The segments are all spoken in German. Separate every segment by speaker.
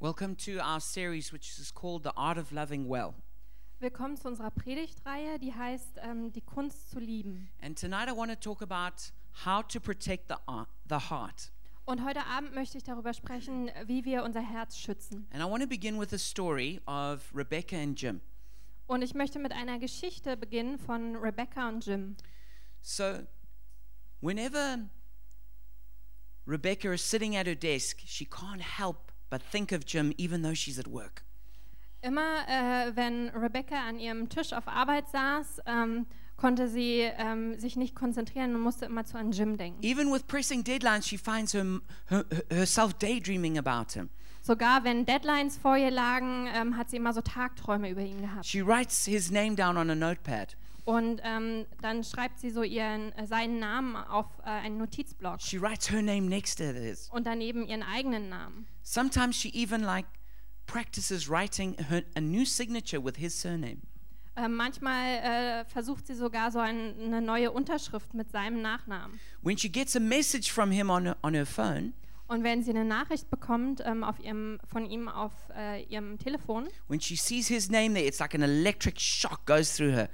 Speaker 1: Welcome to our series, which is called The Art of Loving Well.
Speaker 2: Willkommen zu unserer Predigtreihe, die heißt ähm, Die Kunst zu lieben.
Speaker 1: And tonight I want to talk about how to protect the, ar- the heart.
Speaker 2: Und heute Abend möchte ich darüber sprechen, wie wir unser Herz schützen.
Speaker 1: And I want to begin with a story of Rebecca and Jim.
Speaker 2: Und ich möchte mit einer Geschichte beginnen von Rebecca und Jim.
Speaker 1: So, whenever Rebecca is sitting at her desk, she can't help but think of Jim, even though she's at work.
Speaker 2: Immer äh, wenn Rebecca an ihrem Tisch auf Arbeit saß, ähm, konnte sie ähm, sich nicht konzentrieren und musste immer zu an Jim denken.
Speaker 1: Even with pressing deadlines, she finds her, her, herself daydreaming about him.
Speaker 2: Sogar wenn Deadlines vor ihr lagen, ähm, hat sie immer so Tagträume über ihn gehabt.
Speaker 1: She writes his name down on a notepad.
Speaker 2: Und ähm, dann schreibt sie so ihren, äh, seinen Namen auf äh, einen Notizblock
Speaker 1: She writes her name next to his.
Speaker 2: und daneben ihren eigenen Namen.
Speaker 1: Sometimes she even like practices writing her, a new signature with his surname.
Speaker 2: Ähm, manchmal äh, versucht sie sogar so ein, eine neue Unterschrift mit seinem Nachnamen.
Speaker 1: When she gets a message from him on her, on her phone,
Speaker 2: Und wenn sie eine Nachricht bekommt ähm, auf ihrem, von ihm auf äh, ihrem Telefon,
Speaker 1: when she sees his name there, it's like an electric shock goes through her.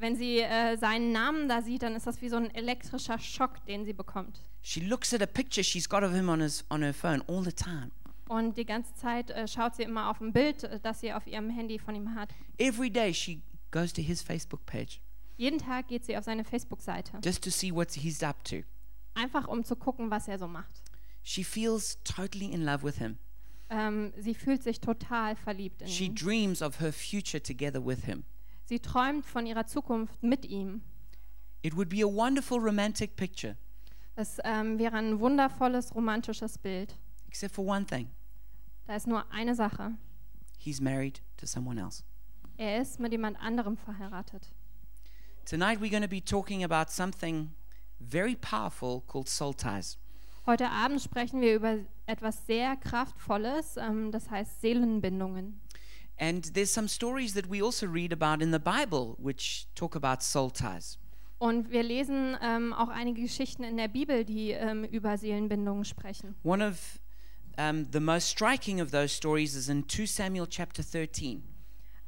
Speaker 2: wenn sie äh, seinen Namen da sieht, dann ist das wie so ein elektrischer Schock, den sie bekommt.
Speaker 1: She looks at a picture she's got of him on his on her phone all the time.
Speaker 2: Und die ganze Zeit äh, schaut sie immer auf ein Bild, äh, das sie auf ihrem Handy von ihm hat.
Speaker 1: Every day she goes to his Facebook page
Speaker 2: Jeden Tag geht sie auf seine Facebook-Seite,
Speaker 1: just to see what he's up to.
Speaker 2: einfach um zu gucken, was er so macht.
Speaker 1: She feels totally in love with him.
Speaker 2: Ähm, sie fühlt sich total verliebt in
Speaker 1: She
Speaker 2: ihn.
Speaker 1: dreams of her future together with him.
Speaker 2: Sie träumt von ihrer Zukunft mit ihm.
Speaker 1: It would be a wonderful romantic picture,
Speaker 2: Das ähm, wäre ein wundervolles, romantisches Bild.
Speaker 1: except for one thing.
Speaker 2: Da ist nur eine Sache.
Speaker 1: He's married to someone else.
Speaker 2: Er ist mit jemand anderem verheiratet.
Speaker 1: Tonight we're going to be talking about something very powerful called soul ties.
Speaker 2: Heute Abend sprechen wir über etwas sehr Kraftvolles, ähm, das heißt Seelenbindungen.
Speaker 1: And there's some stories that we also read about in the Bible which talk about soul ties.
Speaker 2: Und wir lesen ähm, auch einige Geschichten in der Bibel, die ähm, über Seelenbindungen sprechen.
Speaker 1: One of um, the most striking of those stories is in 2 Samuel chapter 13.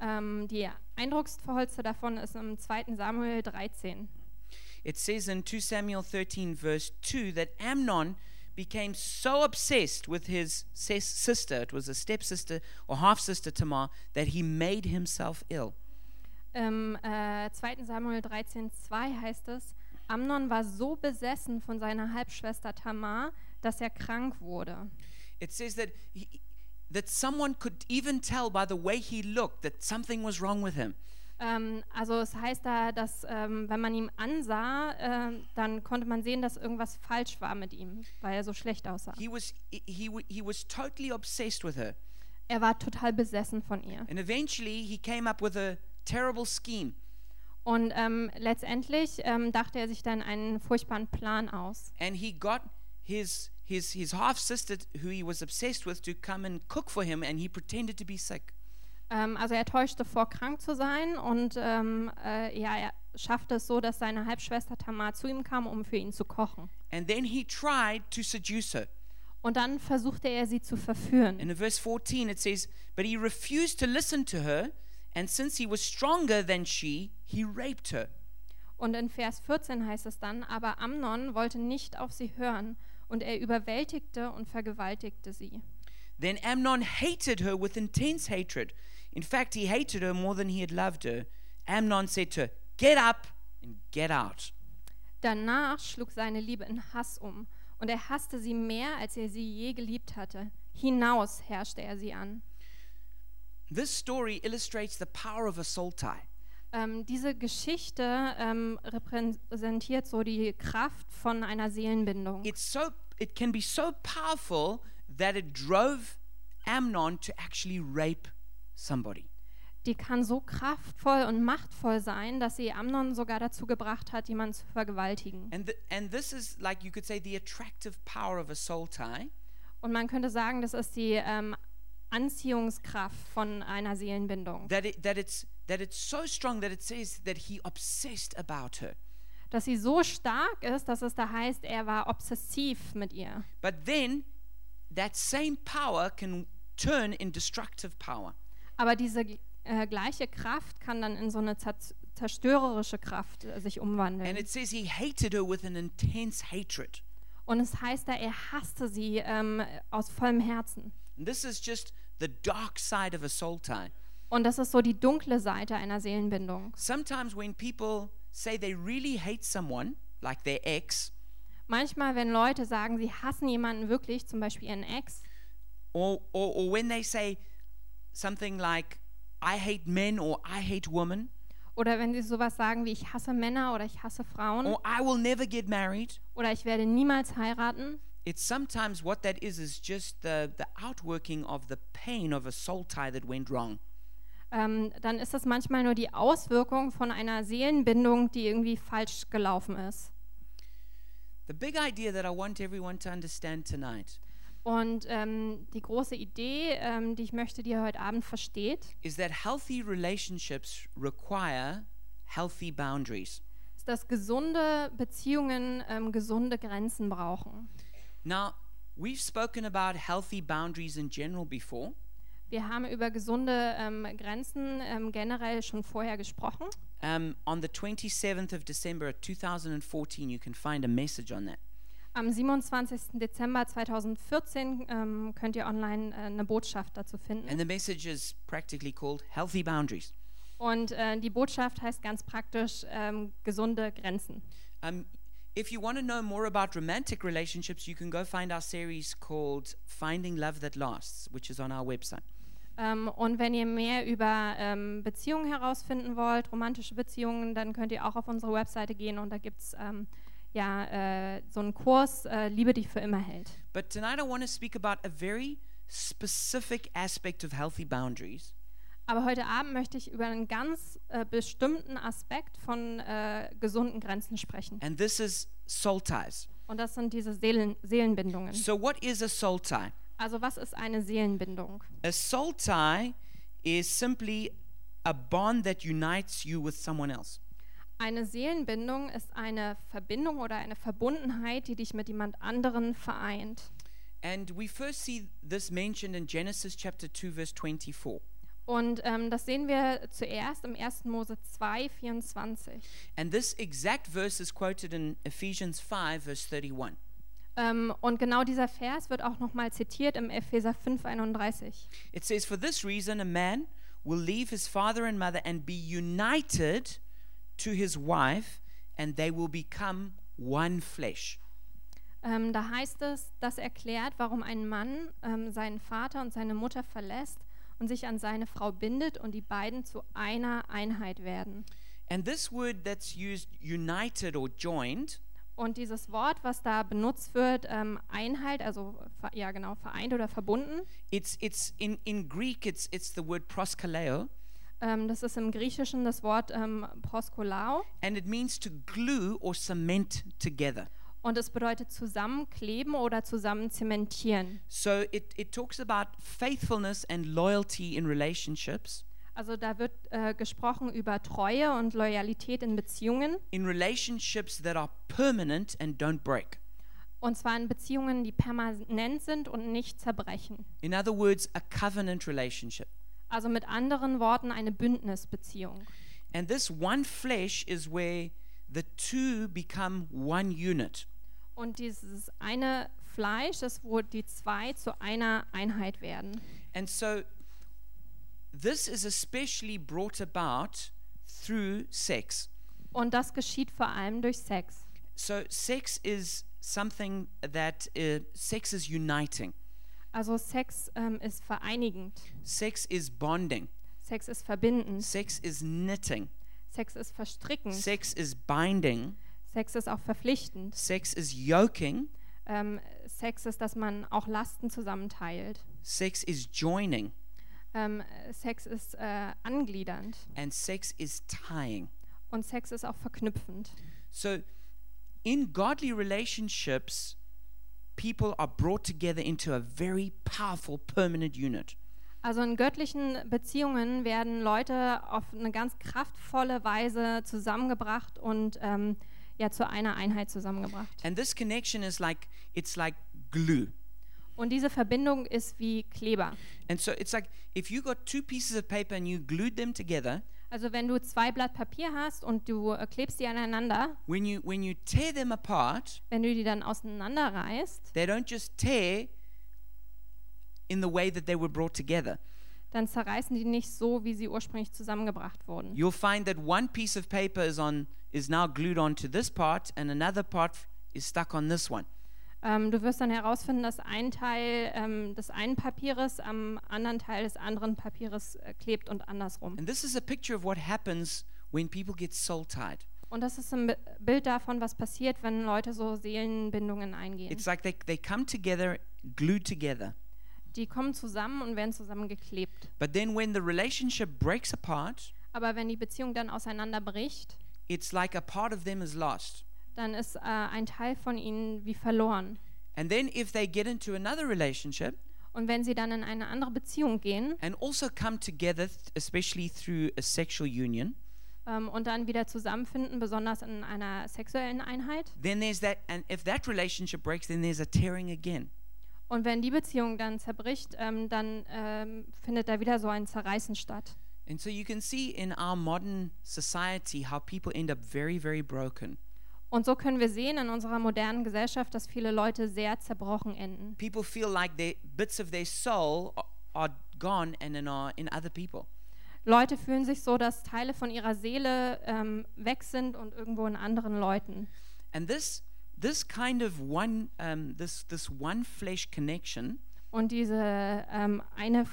Speaker 2: Ähm, die eindrucksvollste davon ist im 2. Samuel 13.
Speaker 1: It says in 2 Samuel 13, verse 2, that Amnon became so obsessed with his sis- sister, it was a stepsister or half sister Tamar, that he made himself ill.
Speaker 2: Im äh, 2. Samuel 13,2 heißt es: Amnon war so besessen von seiner Halbschwester Tamar, dass er krank wurde.
Speaker 1: It says that, he, that someone could even tell by the way he looked that something was wrong with him.
Speaker 2: Ähm, also, es heißt da, dass, ähm, wenn man ihm ansah, ähm, dann konnte man sehen, dass irgendwas falsch war mit ihm, weil er so schlecht aussah.
Speaker 1: He was, he, he, wa- he was totally obsessed with her.
Speaker 2: Er war total besessen von ihr.
Speaker 1: And eventually he came up with a terrible scheme.
Speaker 2: Und ähm, letztendlich ähm, dachte er sich dann einen furchtbaren Plan aus.
Speaker 1: and he got his his his half sister who he was obsessed with to come and cook for him and he pretended to be sick
Speaker 2: Ähm, also, er täuschte vor, krank zu sein und ähm, äh, ja, er schaffte es so, dass seine Halbschwester Tamar zu ihm kam, um für ihn zu kochen.
Speaker 1: and then he tried to seduce her
Speaker 2: Und dann versuchte er sie zu verführen.
Speaker 1: and in verse 14 it says but he refused to listen to her and since he was stronger than she he raped her
Speaker 2: Und in Vers 14 heißt es dann, aber Amnon wollte nicht auf sie hören und er überwältigte und vergewaltigte sie.
Speaker 1: then amnon hated her with intense hatred in fact he hated her more than he had loved her amnon said to her get up and get out
Speaker 2: Danach schlug seine Liebe in Hass um und er hasste sie mehr, als er sie je geliebt hatte. Hinaus herrschte er sie an.
Speaker 1: this story illustrates the power of a soul tie
Speaker 2: Ähm, diese Geschichte ähm, repräsentiert so die Kraft von einer Seelenbindung.
Speaker 1: it's so it can be so powerful that it drove Amnon to actually rape somebody.
Speaker 2: Die kann so kraftvoll und machtvoll sein, dass sie Amnon sogar dazu gebracht hat, jemanden zu vergewaltigen.
Speaker 1: And th- and this is like you could say the attractive power of a soul tie
Speaker 2: Und man könnte sagen, das ist die ähm, Anziehungskraft von einer Seelenbindung.
Speaker 1: that it, that it's that it's so strong that it says that he obsessed about her.
Speaker 2: Dass sie so stark ist, dass es da heißt, er war obsessiv mit ihr.
Speaker 1: But then that same power can turn in destructive power.
Speaker 2: Aber diese äh, gleiche Kraft kann dann in so eine zers- zerstörerische Kraft äh, sich
Speaker 1: And
Speaker 2: umwandeln.
Speaker 1: it says he hated her with an intense hatred.
Speaker 2: Und es heißt da, er hasste sie ähm, aus vollem Herzen.
Speaker 1: And this is just the dark side of a soul tie.
Speaker 2: Und das ist so die dunkle Seite einer Seelenbindung.
Speaker 1: Sometimes when people say they really hate someone, like their ex,
Speaker 2: Manchmal, wenn Leute sagen, sie hassen jemanden wirklich, zum Beispiel ihren Ex,
Speaker 1: or, or, or when they say something like, I hate men or I hate women,
Speaker 2: oder wenn sie sowas sagen wie ich hasse Männer oder ich hasse Frauen
Speaker 1: or I will never get married,
Speaker 2: oder ich werde niemals heiraten,
Speaker 1: it's sometimes what that is is just the, the outworking of the pain of a soul tie that went wrong.
Speaker 2: ähm, dann ist das manchmal nur die Auswirkung von einer Seelenbindung, die irgendwie falsch gelaufen ist.
Speaker 1: The big idea that I want everyone to understand tonight
Speaker 2: Und ähm, die große Idee, ähm, die ich möchte, die ihr heute Abend versteht,
Speaker 1: is that healthy relationships require healthy boundaries.
Speaker 2: ist, dass gesunde Beziehungen ähm, gesunde Grenzen brauchen.
Speaker 1: Now, we've spoken about healthy boundaries in general before,
Speaker 2: Wir haben über gesunde ähm, Grenzen ähm, generell schon vorher gesprochen.
Speaker 1: Um, on the 27th of December 2014, you can find a message on that.
Speaker 2: Am 27. Dezember 2014 ähm, könnt ihr online äh, eine Botschaft dazu finden.
Speaker 1: And the message is practically called Healthy Boundaries.
Speaker 2: Und äh, die Botschaft heißt ganz praktisch ähm, gesunde Grenzen.
Speaker 1: Um, if you want to know more about romantic relationships, you can go find our series called Finding Love That Lasts, which is on our website.
Speaker 2: Ähm, und wenn ihr mehr über ähm, Beziehungen herausfinden wollt, romantische Beziehungen, dann könnt ihr auch auf unsere Webseite gehen und da gibt es ähm, ja, äh, so einen Kurs, äh, Liebe dich für immer hält.
Speaker 1: But tonight I want to speak about a very specific aspect of healthy boundaries
Speaker 2: Aber heute Abend möchte ich über einen ganz äh, bestimmten Aspekt von äh, gesunden Grenzen sprechen.
Speaker 1: and this is soul ties.
Speaker 2: Und das sind diese Seelen Seelenbindungen.
Speaker 1: So what is a soul tie?
Speaker 2: Also was ist eine Seelenbindung?
Speaker 1: A soul tie is simply a bond that unites you with someone else.
Speaker 2: Eine Seelenbindung ist eine Verbindung oder eine Verbundenheit, die dich mit jemand anderen vereint.
Speaker 1: And we first see this mentioned in Genesis chapter 2, verse 24.
Speaker 2: Und ähm, das sehen wir zuerst im 1. Mose 2, 24.
Speaker 1: And this exact verse is quoted in Ephesians 5, verse 31.
Speaker 2: Ähm, und genau dieser Vers wird auch nochmal zitiert im Epheser 5, 31.
Speaker 1: It says, For this reason, a man will leave his father and mother and be united to his wife, and they will become one flesh.
Speaker 2: Ähm, da heißt es, das erklärt, warum ein Mann ähm, seinen Vater und seine Mutter verlässt und sich an seine Frau bindet und die beiden zu einer Einheit werden.
Speaker 1: And this word that's used, united or joined,
Speaker 2: Und dieses Wort, was da benutzt wird, ähm, Einheit, also ver- ja genau, vereint oder verbunden,
Speaker 1: it's, it's in, in Greek, it's, it's the word proskaleo,
Speaker 2: ähm, das ist im Griechischen das Wort ähm, proskolao
Speaker 1: and it means to glue or cement together.
Speaker 2: und es bedeutet zusammenkleben oder zusammen zementieren.
Speaker 1: So it, it talks about faithfulness and loyalty in relationships,
Speaker 2: Also da wird äh, gesprochen über Treue und Loyalität in Beziehungen
Speaker 1: in relationships that are permanent and don't break.
Speaker 2: und zwar in Beziehungen, die permanent sind und nicht zerbrechen.
Speaker 1: In other words, a covenant relationship.
Speaker 2: Also mit anderen Worten eine Bündnisbeziehung.
Speaker 1: And this one flesh is where the two become one unit.
Speaker 2: Und dieses eine Fleisch ist, wo die zwei zu einer Einheit werden.
Speaker 1: And so this is especially brought about through sex.
Speaker 2: Und das geschieht vor allem durch Sex.
Speaker 1: So sex is something that uh, sex is uniting.
Speaker 2: Also Sex ähm, ist vereinigend.
Speaker 1: Sex is bonding.
Speaker 2: Sex ist verbindend.
Speaker 1: Sex is knitting.
Speaker 2: Sex ist verstrickend.
Speaker 1: Sex is binding.
Speaker 2: Sex ist auch verpflichtend.
Speaker 1: Sex is yoking.
Speaker 2: Ähm, Sex ist, dass man auch Lasten zusammenteilt.
Speaker 1: Sex is joining.
Speaker 2: Ähm, Sex ist äh, angliedernd.
Speaker 1: And sex is tying.
Speaker 2: Und Sex ist auch verknüpfend.
Speaker 1: So, in godly relationships, people are brought together into a very powerful permanent unit.
Speaker 2: Also in göttlichen Beziehungen werden Leute auf eine ganz kraftvolle Weise zusammengebracht und ähm, ja zu einer Einheit zusammengebracht.
Speaker 1: And this connection is like, it's like glue.
Speaker 2: Und diese Verbindung ist wie Kleber.
Speaker 1: And so it's like if you got two pieces of paper and you glued them together,
Speaker 2: Also wenn du zwei Blatt Papier hast und du äh, klebst die aneinander,
Speaker 1: when you when you tear them apart,
Speaker 2: wenn du die dann auseinanderreißt,
Speaker 1: they don't just tear in the way that they were brought together.
Speaker 2: dann zerreißen die nicht so, wie sie ursprünglich zusammengebracht wurden.
Speaker 1: You'll find that one piece of paper is on is now glued onto this part and another part is stuck on this one.
Speaker 2: Ähm, du wirst dann herausfinden, dass ein Teil ähm, des einen Papieres am anderen Teil des anderen Papieres äh, klebt und andersrum.
Speaker 1: And this is a picture of what happens when people get soul tied.
Speaker 2: Und das ist ein Bi- Bild davon, was passiert, wenn Leute so Seelenbindungen eingehen.
Speaker 1: It's like they, they come together, glued together.
Speaker 2: Die kommen zusammen und werden zusammengeklebt.
Speaker 1: But then when the relationship breaks apart,
Speaker 2: Aber wenn die Beziehung dann auseinanderbricht,
Speaker 1: it's like a part of them is lost.
Speaker 2: dann ist äh, ein Teil von ihnen wie verloren.
Speaker 1: And then if they get into another relationship
Speaker 2: Und wenn sie dann in eine andere Beziehung gehen
Speaker 1: and also come together, th- especially through a sexual union,
Speaker 2: ähm, und dann wieder zusammenfinden, besonders in einer sexuellen Einheit,
Speaker 1: then there's that. And if that relationship breaks, then there's a tearing again.
Speaker 2: und wenn die Beziehung dann zerbricht, ähm, dann ähm, findet da wieder so ein Zerreißen statt.
Speaker 1: And so you can see in our modern society how people end up very, very broken.
Speaker 2: Und so können wir sehen in unserer modernen Gesellschaft, dass viele Leute sehr zerbrochen enden.
Speaker 1: People feel like their bits of their soul a- are gone and in, are in other people.
Speaker 2: Leute fühlen sich so, dass Teile von ihrer Seele ähm, weg sind und irgendwo in anderen Leuten.
Speaker 1: And this this kind of one um, this this one flesh connection,
Speaker 2: Und diese ähm, eine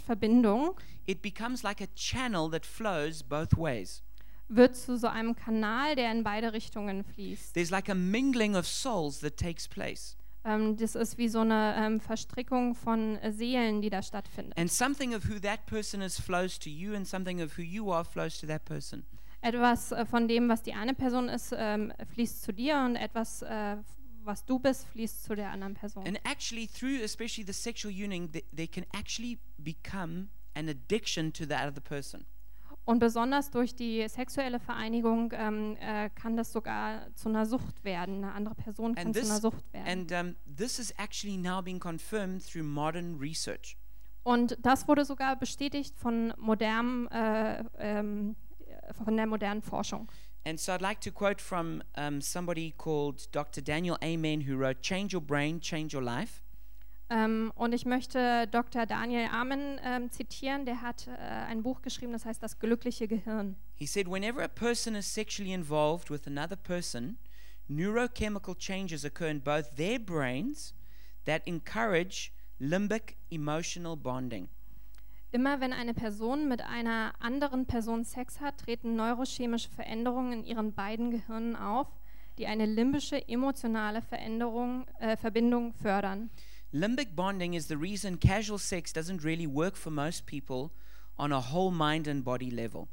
Speaker 2: Fleischverbindung
Speaker 1: it becomes like a channel that flows both ways.
Speaker 2: wird zu so einem Kanal, der in beide Richtungen fließt.
Speaker 1: There's like a mingling of souls that takes place.
Speaker 2: Ähm, das ist wie so eine ähm, Verstrickung von äh, Seelen, die da stattfindet.
Speaker 1: And something of who that person is flows to you and something of who you are flows to that person.
Speaker 2: Etwas äh, von dem, was die eine Person ist, ähm, fließt zu dir und etwas, äh, was du bist, fließt zu der anderen Person.
Speaker 1: And actually through especially the sexual union th- they can actually become an addiction to the other person.
Speaker 2: Und besonders durch die sexuelle Vereinigung ähm, äh, kann das sogar zu einer Sucht werden. Eine andere Person kann
Speaker 1: And
Speaker 2: zu
Speaker 1: this-
Speaker 2: einer Sucht
Speaker 1: And
Speaker 2: werden.
Speaker 1: um, this is actually now being confirmed through modern research.
Speaker 2: Und das wurde sogar bestätigt von modernem, äh, ähm, äh, von der modernen Forschung.
Speaker 1: And so I'd like to quote from um, somebody called Dr. Daniel Amen, who wrote Change Your Brain, Change Your Life.
Speaker 2: Ähm, und ich möchte Dr. Daniel Amen ähm, zitieren. Der hat äh, ein Buch geschrieben, das heißt Das glückliche Gehirn.
Speaker 1: He said, Whenever a person is sexually involved with another person, neurochemical changes occur in both their brains that encourage limbic emotional bonding.
Speaker 2: Immer wenn eine Person mit einer anderen Person Sex hat, treten neurochemische Veränderungen in ihren beiden Gehirnen auf, die eine limbische emotionale Veränderung, äh, Verbindung fördern.
Speaker 1: Limbic bonding is the reason casual sex doesn't really work for most people on a whole mind and body level.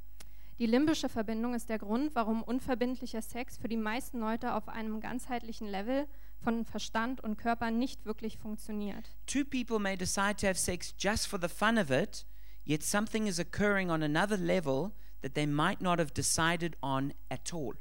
Speaker 2: Die limbische Verbindung ist der Grund, warum unverbindlicher Sex für die meisten Leute auf einem ganzheitlichen Level von Verstand und Körper nicht wirklich funktioniert.
Speaker 1: Two people may decide to have sex just for the fun of it, yet something is occurring on another level that they might not have decided on at all.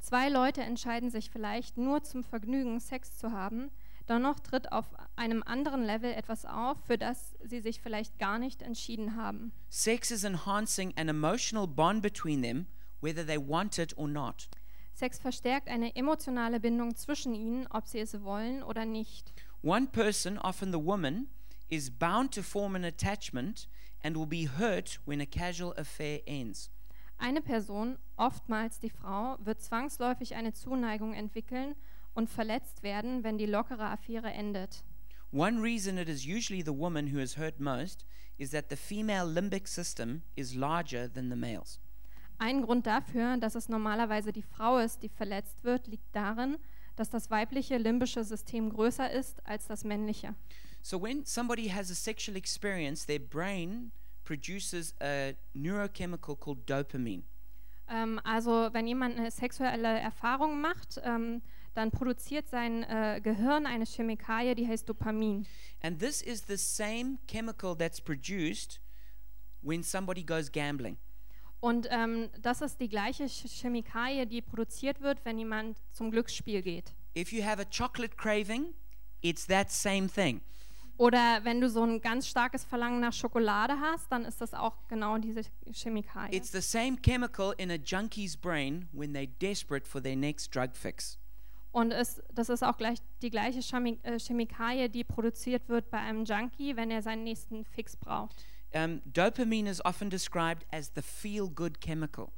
Speaker 2: Zwei Leute entscheiden sich vielleicht nur zum Vergnügen, Sex zu haben. Dennoch tritt auf einem anderen Level etwas auf, für das sie sich vielleicht gar nicht entschieden haben.
Speaker 1: Sex is enhancing an emotional bond between them, whether they want it or not.
Speaker 2: Sex verstärkt eine emotionale Bindung zwischen ihnen, ob sie es wollen oder nicht.
Speaker 1: One person, often the woman, is bound to form an attachment and will be hurt when a casual affair ends.
Speaker 2: Eine Person, oftmals die Frau, wird zwangsläufig eine Zuneigung entwickeln und verletzt werden, wenn die lockere Affäre endet.
Speaker 1: One reason it is usually the woman who is hurt most is that the female limbic system is larger than the male's.
Speaker 2: Ein Grund dafür, dass es normalerweise die Frau ist, die verletzt wird, liegt darin, dass das weibliche limbische System größer ist als das männliche.
Speaker 1: So when somebody has a sexual experience, their brain produces a neurochemical called dopamine.
Speaker 2: Ähm, also wenn jemand eine sexuelle Erfahrung macht, ähm, dann produziert sein äh, Gehirn eine Chemikalie, die heißt Dopamin.
Speaker 1: And this is the same chemical that's produced when somebody goes gambling.
Speaker 2: Und ähm, das ist die gleiche Ch- Chemikalie, die produziert wird, wenn jemand zum Glücksspiel geht.
Speaker 1: If you have a chocolate craving, it's that same thing.
Speaker 2: Oder wenn du so ein ganz starkes Verlangen nach Schokolade hast, dann ist das auch genau diese Chemikalie.
Speaker 1: It's the same chemical in a junkie's brain when they're desperate for their next drug fix.
Speaker 2: Und es, das ist auch gleich die gleiche Chemi äh, Chemikalie, die produziert wird bei einem Junkie, wenn er seinen nächsten Fix braucht.
Speaker 1: Um, dopamine is often described as the feel good chemical.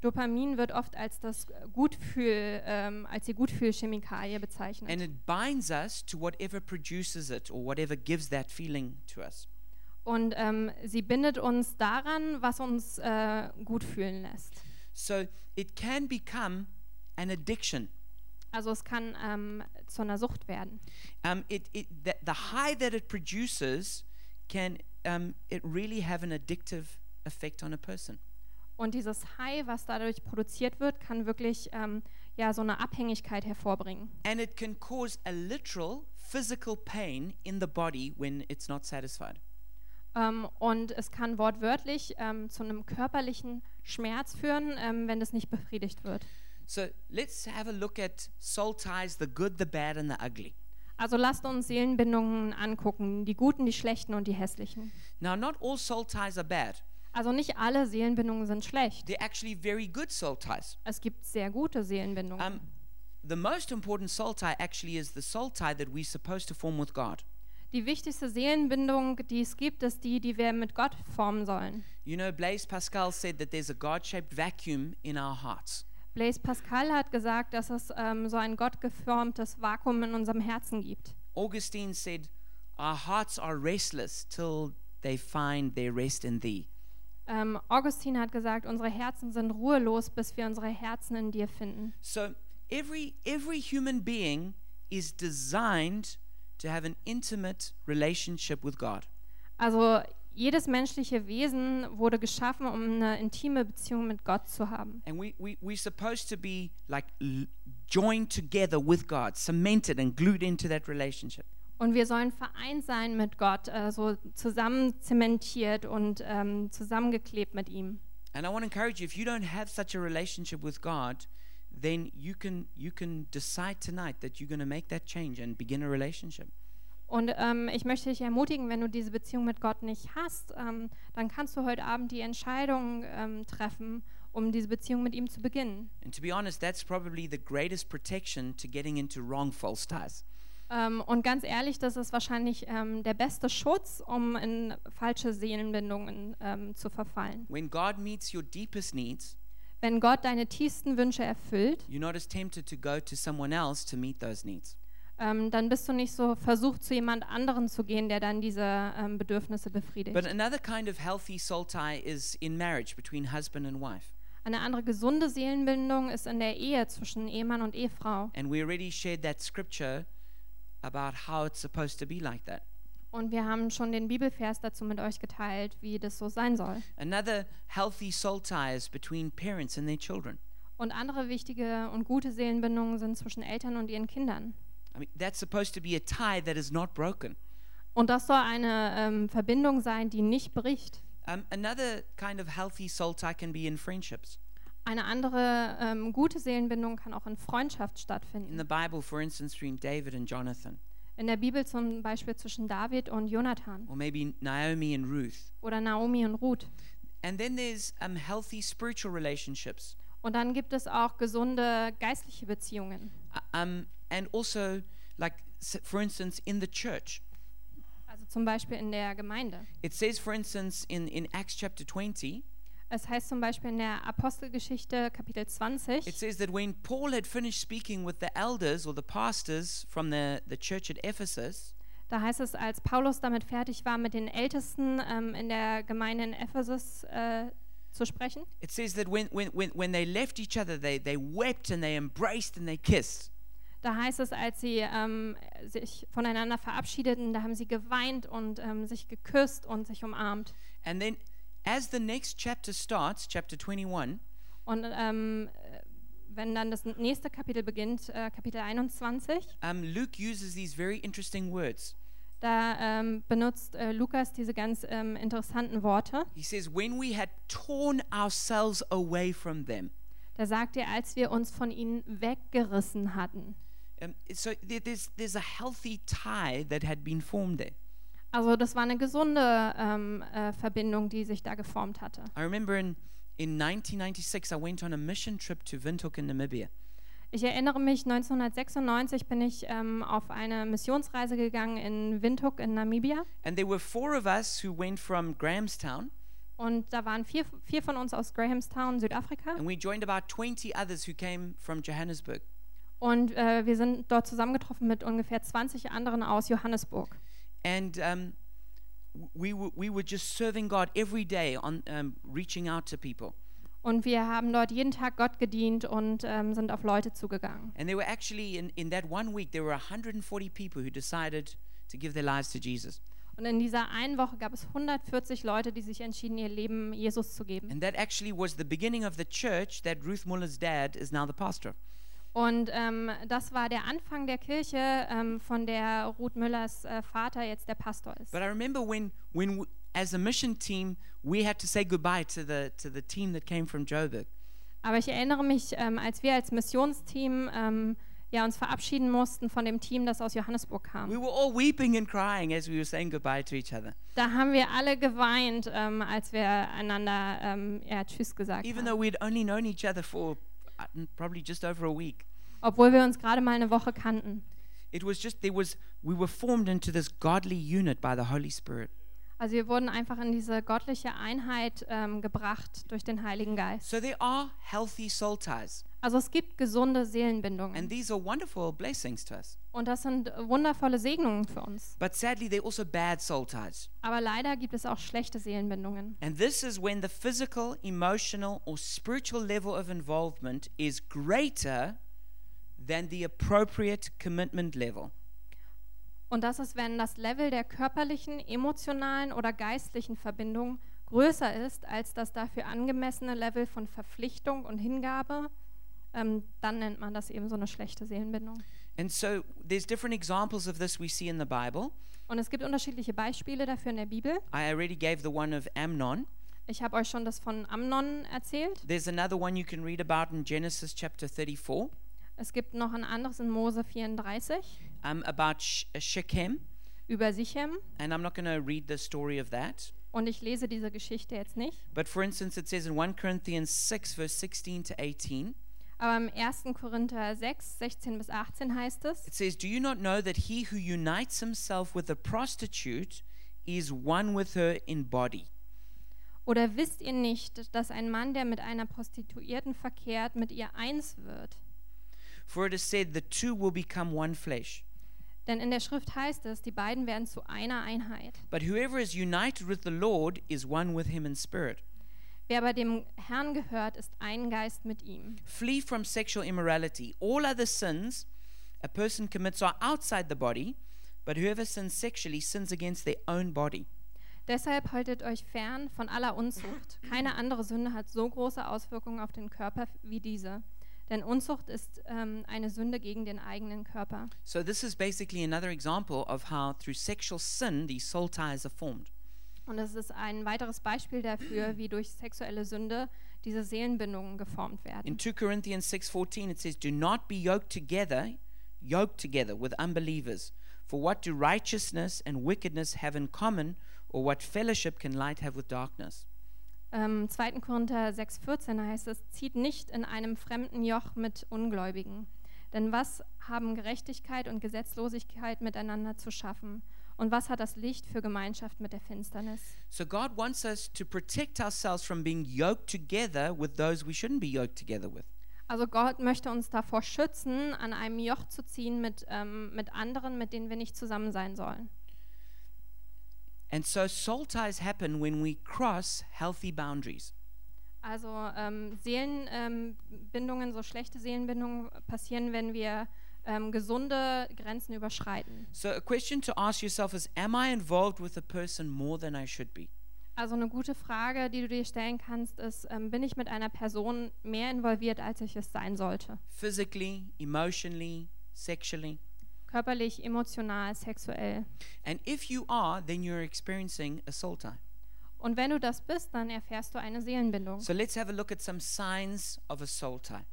Speaker 2: Dopamin wird oft als das Gutfühl, ähm, als die Gutfühlchemikalie
Speaker 1: And
Speaker 2: bezeichnet.
Speaker 1: it binds us to whatever produces it or whatever gives that feeling to us.
Speaker 2: Und ähm, sie bindet uns daran, was uns äh, gut fühlen lässt.
Speaker 1: So it can become an addiction.
Speaker 2: Also es kann ähm, zu einer Sucht werden.
Speaker 1: Um, it, it, the, the high that it produces can um, it really have an addictive effect on a person.
Speaker 2: Und dieses High, was dadurch produziert wird, kann wirklich ähm, ja, so eine Abhängigkeit hervorbringen.
Speaker 1: And it can cause a literal physical pain in the body when it's not satisfied.
Speaker 2: Ähm, und es kann wortwörtlich ähm, zu einem körperlichen Schmerz führen, ähm, wenn das nicht befriedigt wird.
Speaker 1: So let's have a look at soul ties the good, the bad, and the ugly.
Speaker 2: Also lasst uns Seelenbindungen angucken, die guten, die schlechten und die hässlichen.
Speaker 1: Now, not all soul ties are bad,
Speaker 2: Also nicht alle Seelenbindungen sind schlecht.
Speaker 1: they're actually very good soul ties.
Speaker 2: Es gibt sehr gute
Speaker 1: Um,
Speaker 2: Seelenbindungen.
Speaker 1: the most important soul tie actually is the soul tie that we're supposed to form with God.
Speaker 2: die wichtigste Seelenbindung, die es gibt, ist die, die wir mit Gott formen sollen.
Speaker 1: You know, Blaise Pascal said that there's a God shaped vacuum in our hearts.
Speaker 2: Blaise Pascal hat gesagt, dass es ähm, so ein gottgeformtes Vakuum in unserem Herzen gibt.
Speaker 1: Augustine said, Our hearts are restless till they find their rest in thee.
Speaker 2: Ähm, Augustin hat gesagt, unsere Herzen sind ruhelos, bis wir unsere Herzen in dir finden.
Speaker 1: So every every human being is designed to have an intimate relationship with God.
Speaker 2: Also jedes menschliche Wesen wurde geschaffen, um eine intime Beziehung mit Gott zu haben.
Speaker 1: And we, we, we're supposed to be like l- joined together with God, cemented and glued into that relationship.
Speaker 2: Und wir sollen vereint sein mit Gott, äh, so zusammen zementiert und ähm, zusammengeklebt mit ihm.
Speaker 1: And I want to encourage you, if you don't have such a relationship with God, then you can you can decide tonight that you're going to make that change and begin a relationship.
Speaker 2: Und ähm, ich möchte dich ermutigen, wenn du diese Beziehung mit Gott nicht hast, ähm, dann kannst du heute Abend die Entscheidung ähm, treffen, um diese Beziehung mit ihm zu beginnen.
Speaker 1: And to be honest, that's probably the greatest protection to getting into wrong false ties.
Speaker 2: Ähm, und ganz ehrlich, das ist wahrscheinlich ähm, der beste Schutz, um in falsche Seelenbindungen ähm, zu verfallen.
Speaker 1: When God meets your deepest needs,
Speaker 2: Wenn Gott deine tiefsten Wünsche erfüllt,
Speaker 1: you're not as tempted to go to someone else to meet those needs.
Speaker 2: ähm, dann bist du nicht so versucht, zu jemand anderen zu gehen, der dann diese ähm, Bedürfnisse befriedigt.
Speaker 1: But another kind of healthy soul tie is in marriage between husband and wife.
Speaker 2: Eine andere gesunde Seelenbindung ist in der Ehe zwischen Ehemann und Ehefrau.
Speaker 1: And we already shared that scripture about how it's supposed to be like that.
Speaker 2: Und wir haben schon den Bibelvers dazu mit euch geteilt, wie das so sein soll.
Speaker 1: Another healthy soul tie is between parents and their children.
Speaker 2: Und andere wichtige und gute Seelenbindungen sind zwischen Eltern und ihren Kindern.
Speaker 1: I mean, that's supposed to be a tie that is not broken.
Speaker 2: Und das soll eine ähm, Verbindung sein, die nicht bricht.
Speaker 1: Um, another kind of healthy soul tie can be in friendships.
Speaker 2: Eine andere ähm, gute Seelenbindung kann auch in Freundschaft
Speaker 1: In
Speaker 2: stattfinden.
Speaker 1: the Bible, for instance, between David and Jonathan,
Speaker 2: In der Bibel zum Beispiel zwischen David und Jonathan
Speaker 1: or maybe Naomi and Ruth.
Speaker 2: oder Naomi und Ruth.
Speaker 1: And then there's um, healthy spiritual relationships,
Speaker 2: Und dann gibt es auch gesunde geistliche Beziehungen.
Speaker 1: Uh, um, and also, like s- for instance, in the church.
Speaker 2: Also zum Beispiel in der Gemeinde.
Speaker 1: It says, for instance, in, in Acts chapter 20,
Speaker 2: Es heißt zum Beispiel in der Apostelgeschichte Kapitel 20,
Speaker 1: It says that when Paul had finished speaking with the elders or the pastors from the, the church at Ephesus,
Speaker 2: Da heißt es, als Paulus damit fertig war, mit den Ältesten ähm, in der Gemeinde in Ephesus äh, zu sprechen,
Speaker 1: it says that when, when, when, when they left each other, they, they wept and they embraced and they kissed.
Speaker 2: da heißt es, als sie ähm, sich voneinander verabschiedeten, da haben sie geweint und ähm, sich geküsst und sich umarmt.
Speaker 1: And then, as the next chapter starts, chapter 21,
Speaker 2: Und ähm, äh, wenn dann das nächste Kapitel beginnt, äh, Kapitel 21,
Speaker 1: um, Luke uses these very interesting words.
Speaker 2: da ähm, benutzt äh, Lukas diese ganz ähm, interessanten Worte.
Speaker 1: He says, When we had torn ourselves away from them.
Speaker 2: Da sagt er, als wir uns von ihnen weggerissen hatten.
Speaker 1: Um, so there- there's, there's a healthy tie that had been formed there.
Speaker 2: Also das war eine gesunde ähm, äh, Verbindung, die sich da geformt hatte.
Speaker 1: I remember in, in 1996, I went on a mission trip to Windhoek in Namibia.
Speaker 2: Ich erinnere mich, 1996 bin ich ähm, auf eine Missionsreise gegangen in Windhoek in Namibia.
Speaker 1: And there were four of us who went from Grahamstown,
Speaker 2: Und da waren vier, vier von uns aus Grahamstown, Südafrika.
Speaker 1: and we joined about 20 others who came from Johannesburg.
Speaker 2: Und äh, wir sind dort zusammengetroffen mit ungefähr 20 anderen aus Johannesburg.
Speaker 1: And um, w- we, were, we were just serving God every day on um, reaching out to people.
Speaker 2: Und wir haben dort jeden Tag Gott gedient und ähm, sind auf Leute zugegangen.
Speaker 1: And there were actually, in, in that one week, there were 140 people who decided to give their lives to Jesus.
Speaker 2: Und in dieser einen Woche gab es 140 Leute, die sich entschieden, ihr Leben Jesus zu geben.
Speaker 1: And that actually was the beginning of the church that Ruth Muller's dad is now the pastor of.
Speaker 2: Und ähm, das war der Anfang der Kirche, ähm, von der Ruth Müllers äh, Vater jetzt der Pastor ist.
Speaker 1: But I remember when, when w- as a mission team, we had to say goodbye to the, to the team that came from Joburg.
Speaker 2: Aber ich erinnere mich, ähm, als wir als Missionsteam ähm, ja, uns verabschieden mussten von dem Team, das aus Johannesburg
Speaker 1: We
Speaker 2: kam.
Speaker 1: were all weeping and crying as we were saying goodbye to each other,
Speaker 2: Da haben wir alle geweint, ähm, als wir einander ähm, ja, Tschüss gesagt
Speaker 1: even though
Speaker 2: haben.
Speaker 1: we'd only known each other for uh, probably just over a week.
Speaker 2: Obwohl wir uns gerade mal eine Woche kannten.
Speaker 1: It was just, there was, we were formed into this godly unit by the Holy Spirit.
Speaker 2: Also wir wurden einfach in diese gottliche Einheit ähm, gebracht durch den Heiligen Geist.
Speaker 1: So there are healthy soul ties,
Speaker 2: Also es gibt gesunde
Speaker 1: and
Speaker 2: Seelenbindungen.
Speaker 1: these are wonderful blessings to us.
Speaker 2: Und das sind wundervolle Segnungen für uns.
Speaker 1: But sadly, they're also bad soul ties.
Speaker 2: Aber leider gibt es auch schlechte Seelenbindungen.
Speaker 1: And this is when the physical, emotional, or spiritual level of involvement is greater than the appropriate commitment level.
Speaker 2: Und das ist, wenn das Level der körperlichen, emotionalen oder geistlichen Verbindung größer ist als das dafür angemessene Level von Verpflichtung und Hingabe, ähm, dann nennt man das eben so eine schlechte Seelenbindung.
Speaker 1: And so there's different examples of this we see in the Bible.
Speaker 2: Und es gibt unterschiedliche Beispiele dafür in der Bibel.
Speaker 1: I already gave the one of Amnon.
Speaker 2: Ich habe euch schon das von Amnon erzählt.
Speaker 1: There's another one you can read about in Genesis chapter 34
Speaker 2: Es gibt noch ein anderes in Mose 34
Speaker 1: um, about Sh- Shechem.
Speaker 2: über Sichem.
Speaker 1: And I'm not going to read the story of that.
Speaker 2: Und ich lese diese Geschichte jetzt nicht.
Speaker 1: But for instance, it says in 1 Corinthians 6, verse 16 to 18,
Speaker 2: Aber im 1. Korinther 6, 16 bis 18 heißt es.
Speaker 1: it says, Do you not know that he who unites himself with a prostitute is one with her in body?
Speaker 2: Oder wisst ihr nicht, dass ein Mann, der mit einer Prostituierten verkehrt, mit ihr eins wird?
Speaker 1: For it is said, The two will become one flesh.
Speaker 2: Denn in der Schrift heißt es, die beiden werden zu einer Einheit.
Speaker 1: But whoever is united with the Lord is one with him in spirit.
Speaker 2: Wer aber dem Herrn gehört, ist ein Geist mit ihm.
Speaker 1: Flee from sexual immorality. All other sins a person commits are outside the body, but whoever sins sexually sins against their own body.
Speaker 2: Deshalb haltet euch fern von aller Unzucht. Keine andere Sünde hat so große Auswirkungen auf den Körper wie diese. Denn Unzucht ist ähm, eine Sünde gegen den eigenen Körper.
Speaker 1: So, this is basically another example of how through sexual sin these soul ties are formed.
Speaker 2: Und es ist ein weiteres Beispiel dafür, wie durch sexuelle Sünde diese Seelenbindungen geformt werden.
Speaker 1: In 2 Corinthians 6:14 it says, "Do not be yoked together, yoked together with unbelievers. For what do righteousness and wickedness have in common, or what fellowship can light have with darkness?"
Speaker 2: Ähm, 2. Korinther 6,14 heißt es: Zieht nicht in einem fremden Joch mit Ungläubigen. Denn was haben Gerechtigkeit und Gesetzlosigkeit miteinander zu schaffen? Und was hat das Licht für Gemeinschaft mit der Finsternis?
Speaker 1: So God wants us to protect ourselves from being yoked together with those we shouldn't be yoked together with.
Speaker 2: Also, Gott möchte uns davor schützen, an einem Joch zu ziehen mit, ähm, mit anderen, mit denen wir nicht zusammen sein sollen.
Speaker 1: And so soul ties happen when we cross healthy boundaries.
Speaker 2: Also, ähm, Seelenbindungen, ähm, Bindungen, so schlechte Seelenbindungen passieren, wenn wir ähm, gesunde Grenzen überschreiten.
Speaker 1: So a question to ask yourself is am I involved with a person more than I should be?
Speaker 2: Also eine gute Frage, die du dir stellen kannst, ist, ähm, bin ich mit einer Person mehr involviert, als ich es sein sollte?
Speaker 1: Physically, emotionally, sexually?
Speaker 2: Körperlich, emotional, sexuell.
Speaker 1: And if you are, then you're experiencing a soul tie.
Speaker 2: Und wenn du das bist, dann erfährst du eine Seelenbindung.
Speaker 1: So let's have a look at some signs of a soul tie.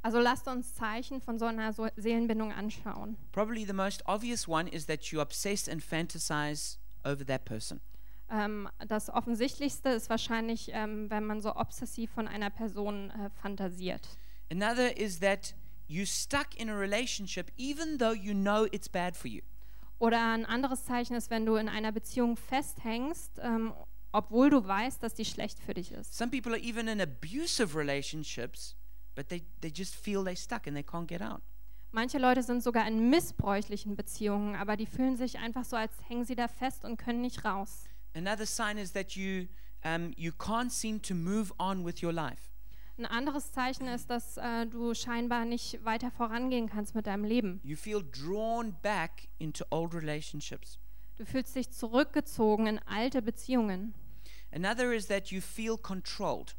Speaker 2: Also lasst uns Zeichen von so einer so Seelenbindung anschauen.
Speaker 1: Probably the most obvious one is that you obsess and fantasize over that person.
Speaker 2: Ähm, das Offensichtlichste ist wahrscheinlich, ähm, wenn man so obsessiv von einer Person äh, fantasiert.
Speaker 1: Another is that you're stuck in a relationship even though you know it's bad for you.
Speaker 2: Oder ein anderes Zeichen ist, wenn du in einer Beziehung festhängst, ähm, obwohl du weißt, dass die schlecht für dich ist.
Speaker 1: Some people are even in abusive relationships, but they, they just feel they're stuck and they can't get out.
Speaker 2: Manche Leute sind sogar in missbräuchlichen Beziehungen, aber die fühlen sich einfach so, als hängen sie da fest und können nicht raus.
Speaker 1: Another sign is that you, um, you can't seem to move on with your life.
Speaker 2: Ein anderes Zeichen ist, dass äh, du scheinbar nicht weiter vorangehen kannst mit deinem Leben.
Speaker 1: You feel drawn back into old relationships.
Speaker 2: Du fühlst dich zurückgezogen in alte Beziehungen.
Speaker 1: Another is that you feel controlled.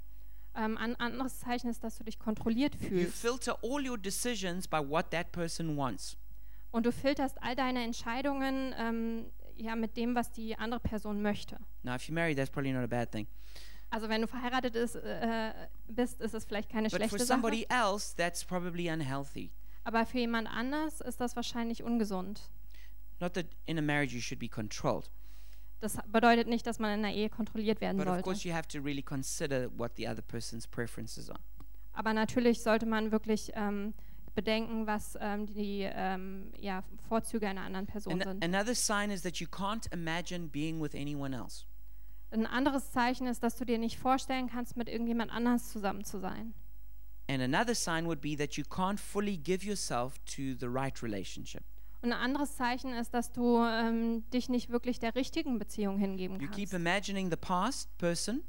Speaker 2: Ähm, ein anderes Zeichen ist, dass du dich kontrolliert
Speaker 1: You
Speaker 2: fühlst.
Speaker 1: filter all your decisions by what that person wants.
Speaker 2: Und du filterst all deine Entscheidungen ähm, ja, mit dem, was die andere Person möchte.
Speaker 1: Now, if you're married, that's probably not a bad thing.
Speaker 2: Also wenn du verheiratet ist, äh, bist, ist es vielleicht keine
Speaker 1: But for
Speaker 2: schlechte
Speaker 1: somebody
Speaker 2: Sache.
Speaker 1: else, that's probably unhealthy.
Speaker 2: Aber für jemand anders ist das wahrscheinlich ungesund.
Speaker 1: Not that in a marriage you should be controlled,
Speaker 2: Das bedeutet nicht, dass man in der Ehe kontrolliert werden
Speaker 1: but of
Speaker 2: sollte.
Speaker 1: course you have to really consider what the other person's preferences are.
Speaker 2: Aber natürlich sollte man wirklich ähm, bedenken, was ähm, die ähm, ja, Vorzüge einer anderen Person
Speaker 1: An-
Speaker 2: sind.
Speaker 1: another sign is that you can't imagine being with anyone else.
Speaker 2: Ein anderes Zeichen ist, dass du dir nicht vorstellen kannst, mit irgendjemand anders zusammen zu sein.
Speaker 1: And another sign would be that you can't fully give yourself to the right relationship.
Speaker 2: Und ein anderes Zeichen ist, dass du ähm, dich nicht wirklich der richtigen Beziehung hingeben
Speaker 1: You keep
Speaker 2: kannst.
Speaker 1: imagining the past person,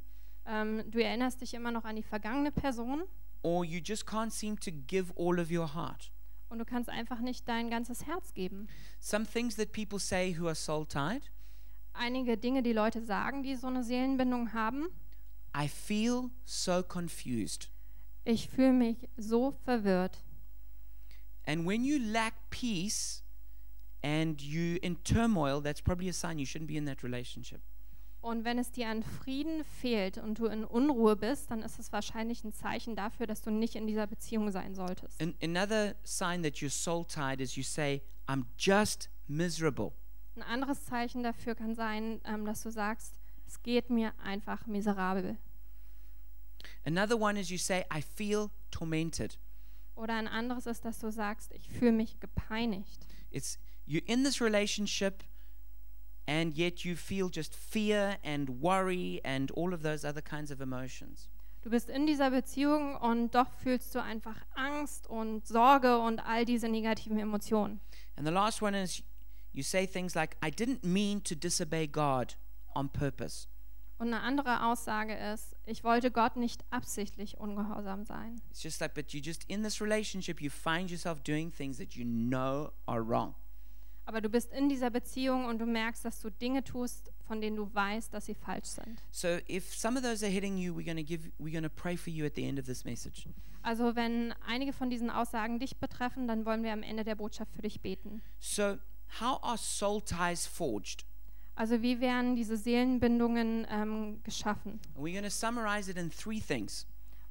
Speaker 2: Ähm, du erinnerst dich immer noch an die vergangene Person
Speaker 1: or you just can't seem to give all of your heart.
Speaker 2: und du kannst einfach nicht dein ganzes Herz geben.
Speaker 1: Some things that people say who are soul tied
Speaker 2: Einige Dinge, die Leute sagen, die so eine Seelenbindung haben,
Speaker 1: I feel so confused.
Speaker 2: ich fühle mich so verwirrt.
Speaker 1: And when you lack peace and you in turmoil, that's probably a sign you shouldn't be in that relationship.
Speaker 2: Und wenn es dir an Frieden fehlt und du in Unruhe bist, dann ist es wahrscheinlich ein Zeichen dafür, dass du nicht in dieser Beziehung sein solltest.
Speaker 1: An- another sign that you're soul tied is you say, I'm just miserable.
Speaker 2: Ein anderes Zeichen dafür kann sein, ähm, dass du sagst, es geht mir einfach miserabel.
Speaker 1: Another one is you say, I feel tormented.
Speaker 2: Oder ein anderes ist, dass du sagst, ich fühle mich gepeinigt.
Speaker 1: It's you're in this relationship and yet you feel just fear and worry and all of those other kinds of emotions.
Speaker 2: Du bist in dieser Beziehung und doch fühlst du einfach Angst und Sorge und all diese negativen Emotionen.
Speaker 1: And the last one is you say things like, I didn't mean to disobey God on purpose.
Speaker 2: Und eine andere Aussage ist, ich wollte Gott nicht absichtlich ungehorsam sein.
Speaker 1: It's just like, but you just in this relationship, you find yourself doing things that you know are wrong.
Speaker 2: Aber du bist in dieser Beziehung und du merkst, dass du Dinge tust, von denen du weißt, dass sie falsch sind.
Speaker 1: So if some of those are hitting you, we're gonna give, we're gonna pray for you at the end of this message.
Speaker 2: Also wenn einige von diesen Aussagen dich betreffen, dann wollen wir am Ende der Botschaft für dich beten.
Speaker 1: So how are soul ties forged?
Speaker 2: Also wie werden diese Seelenbindungen ähm, geschaffen?
Speaker 1: And we're gonna summarize it in three things.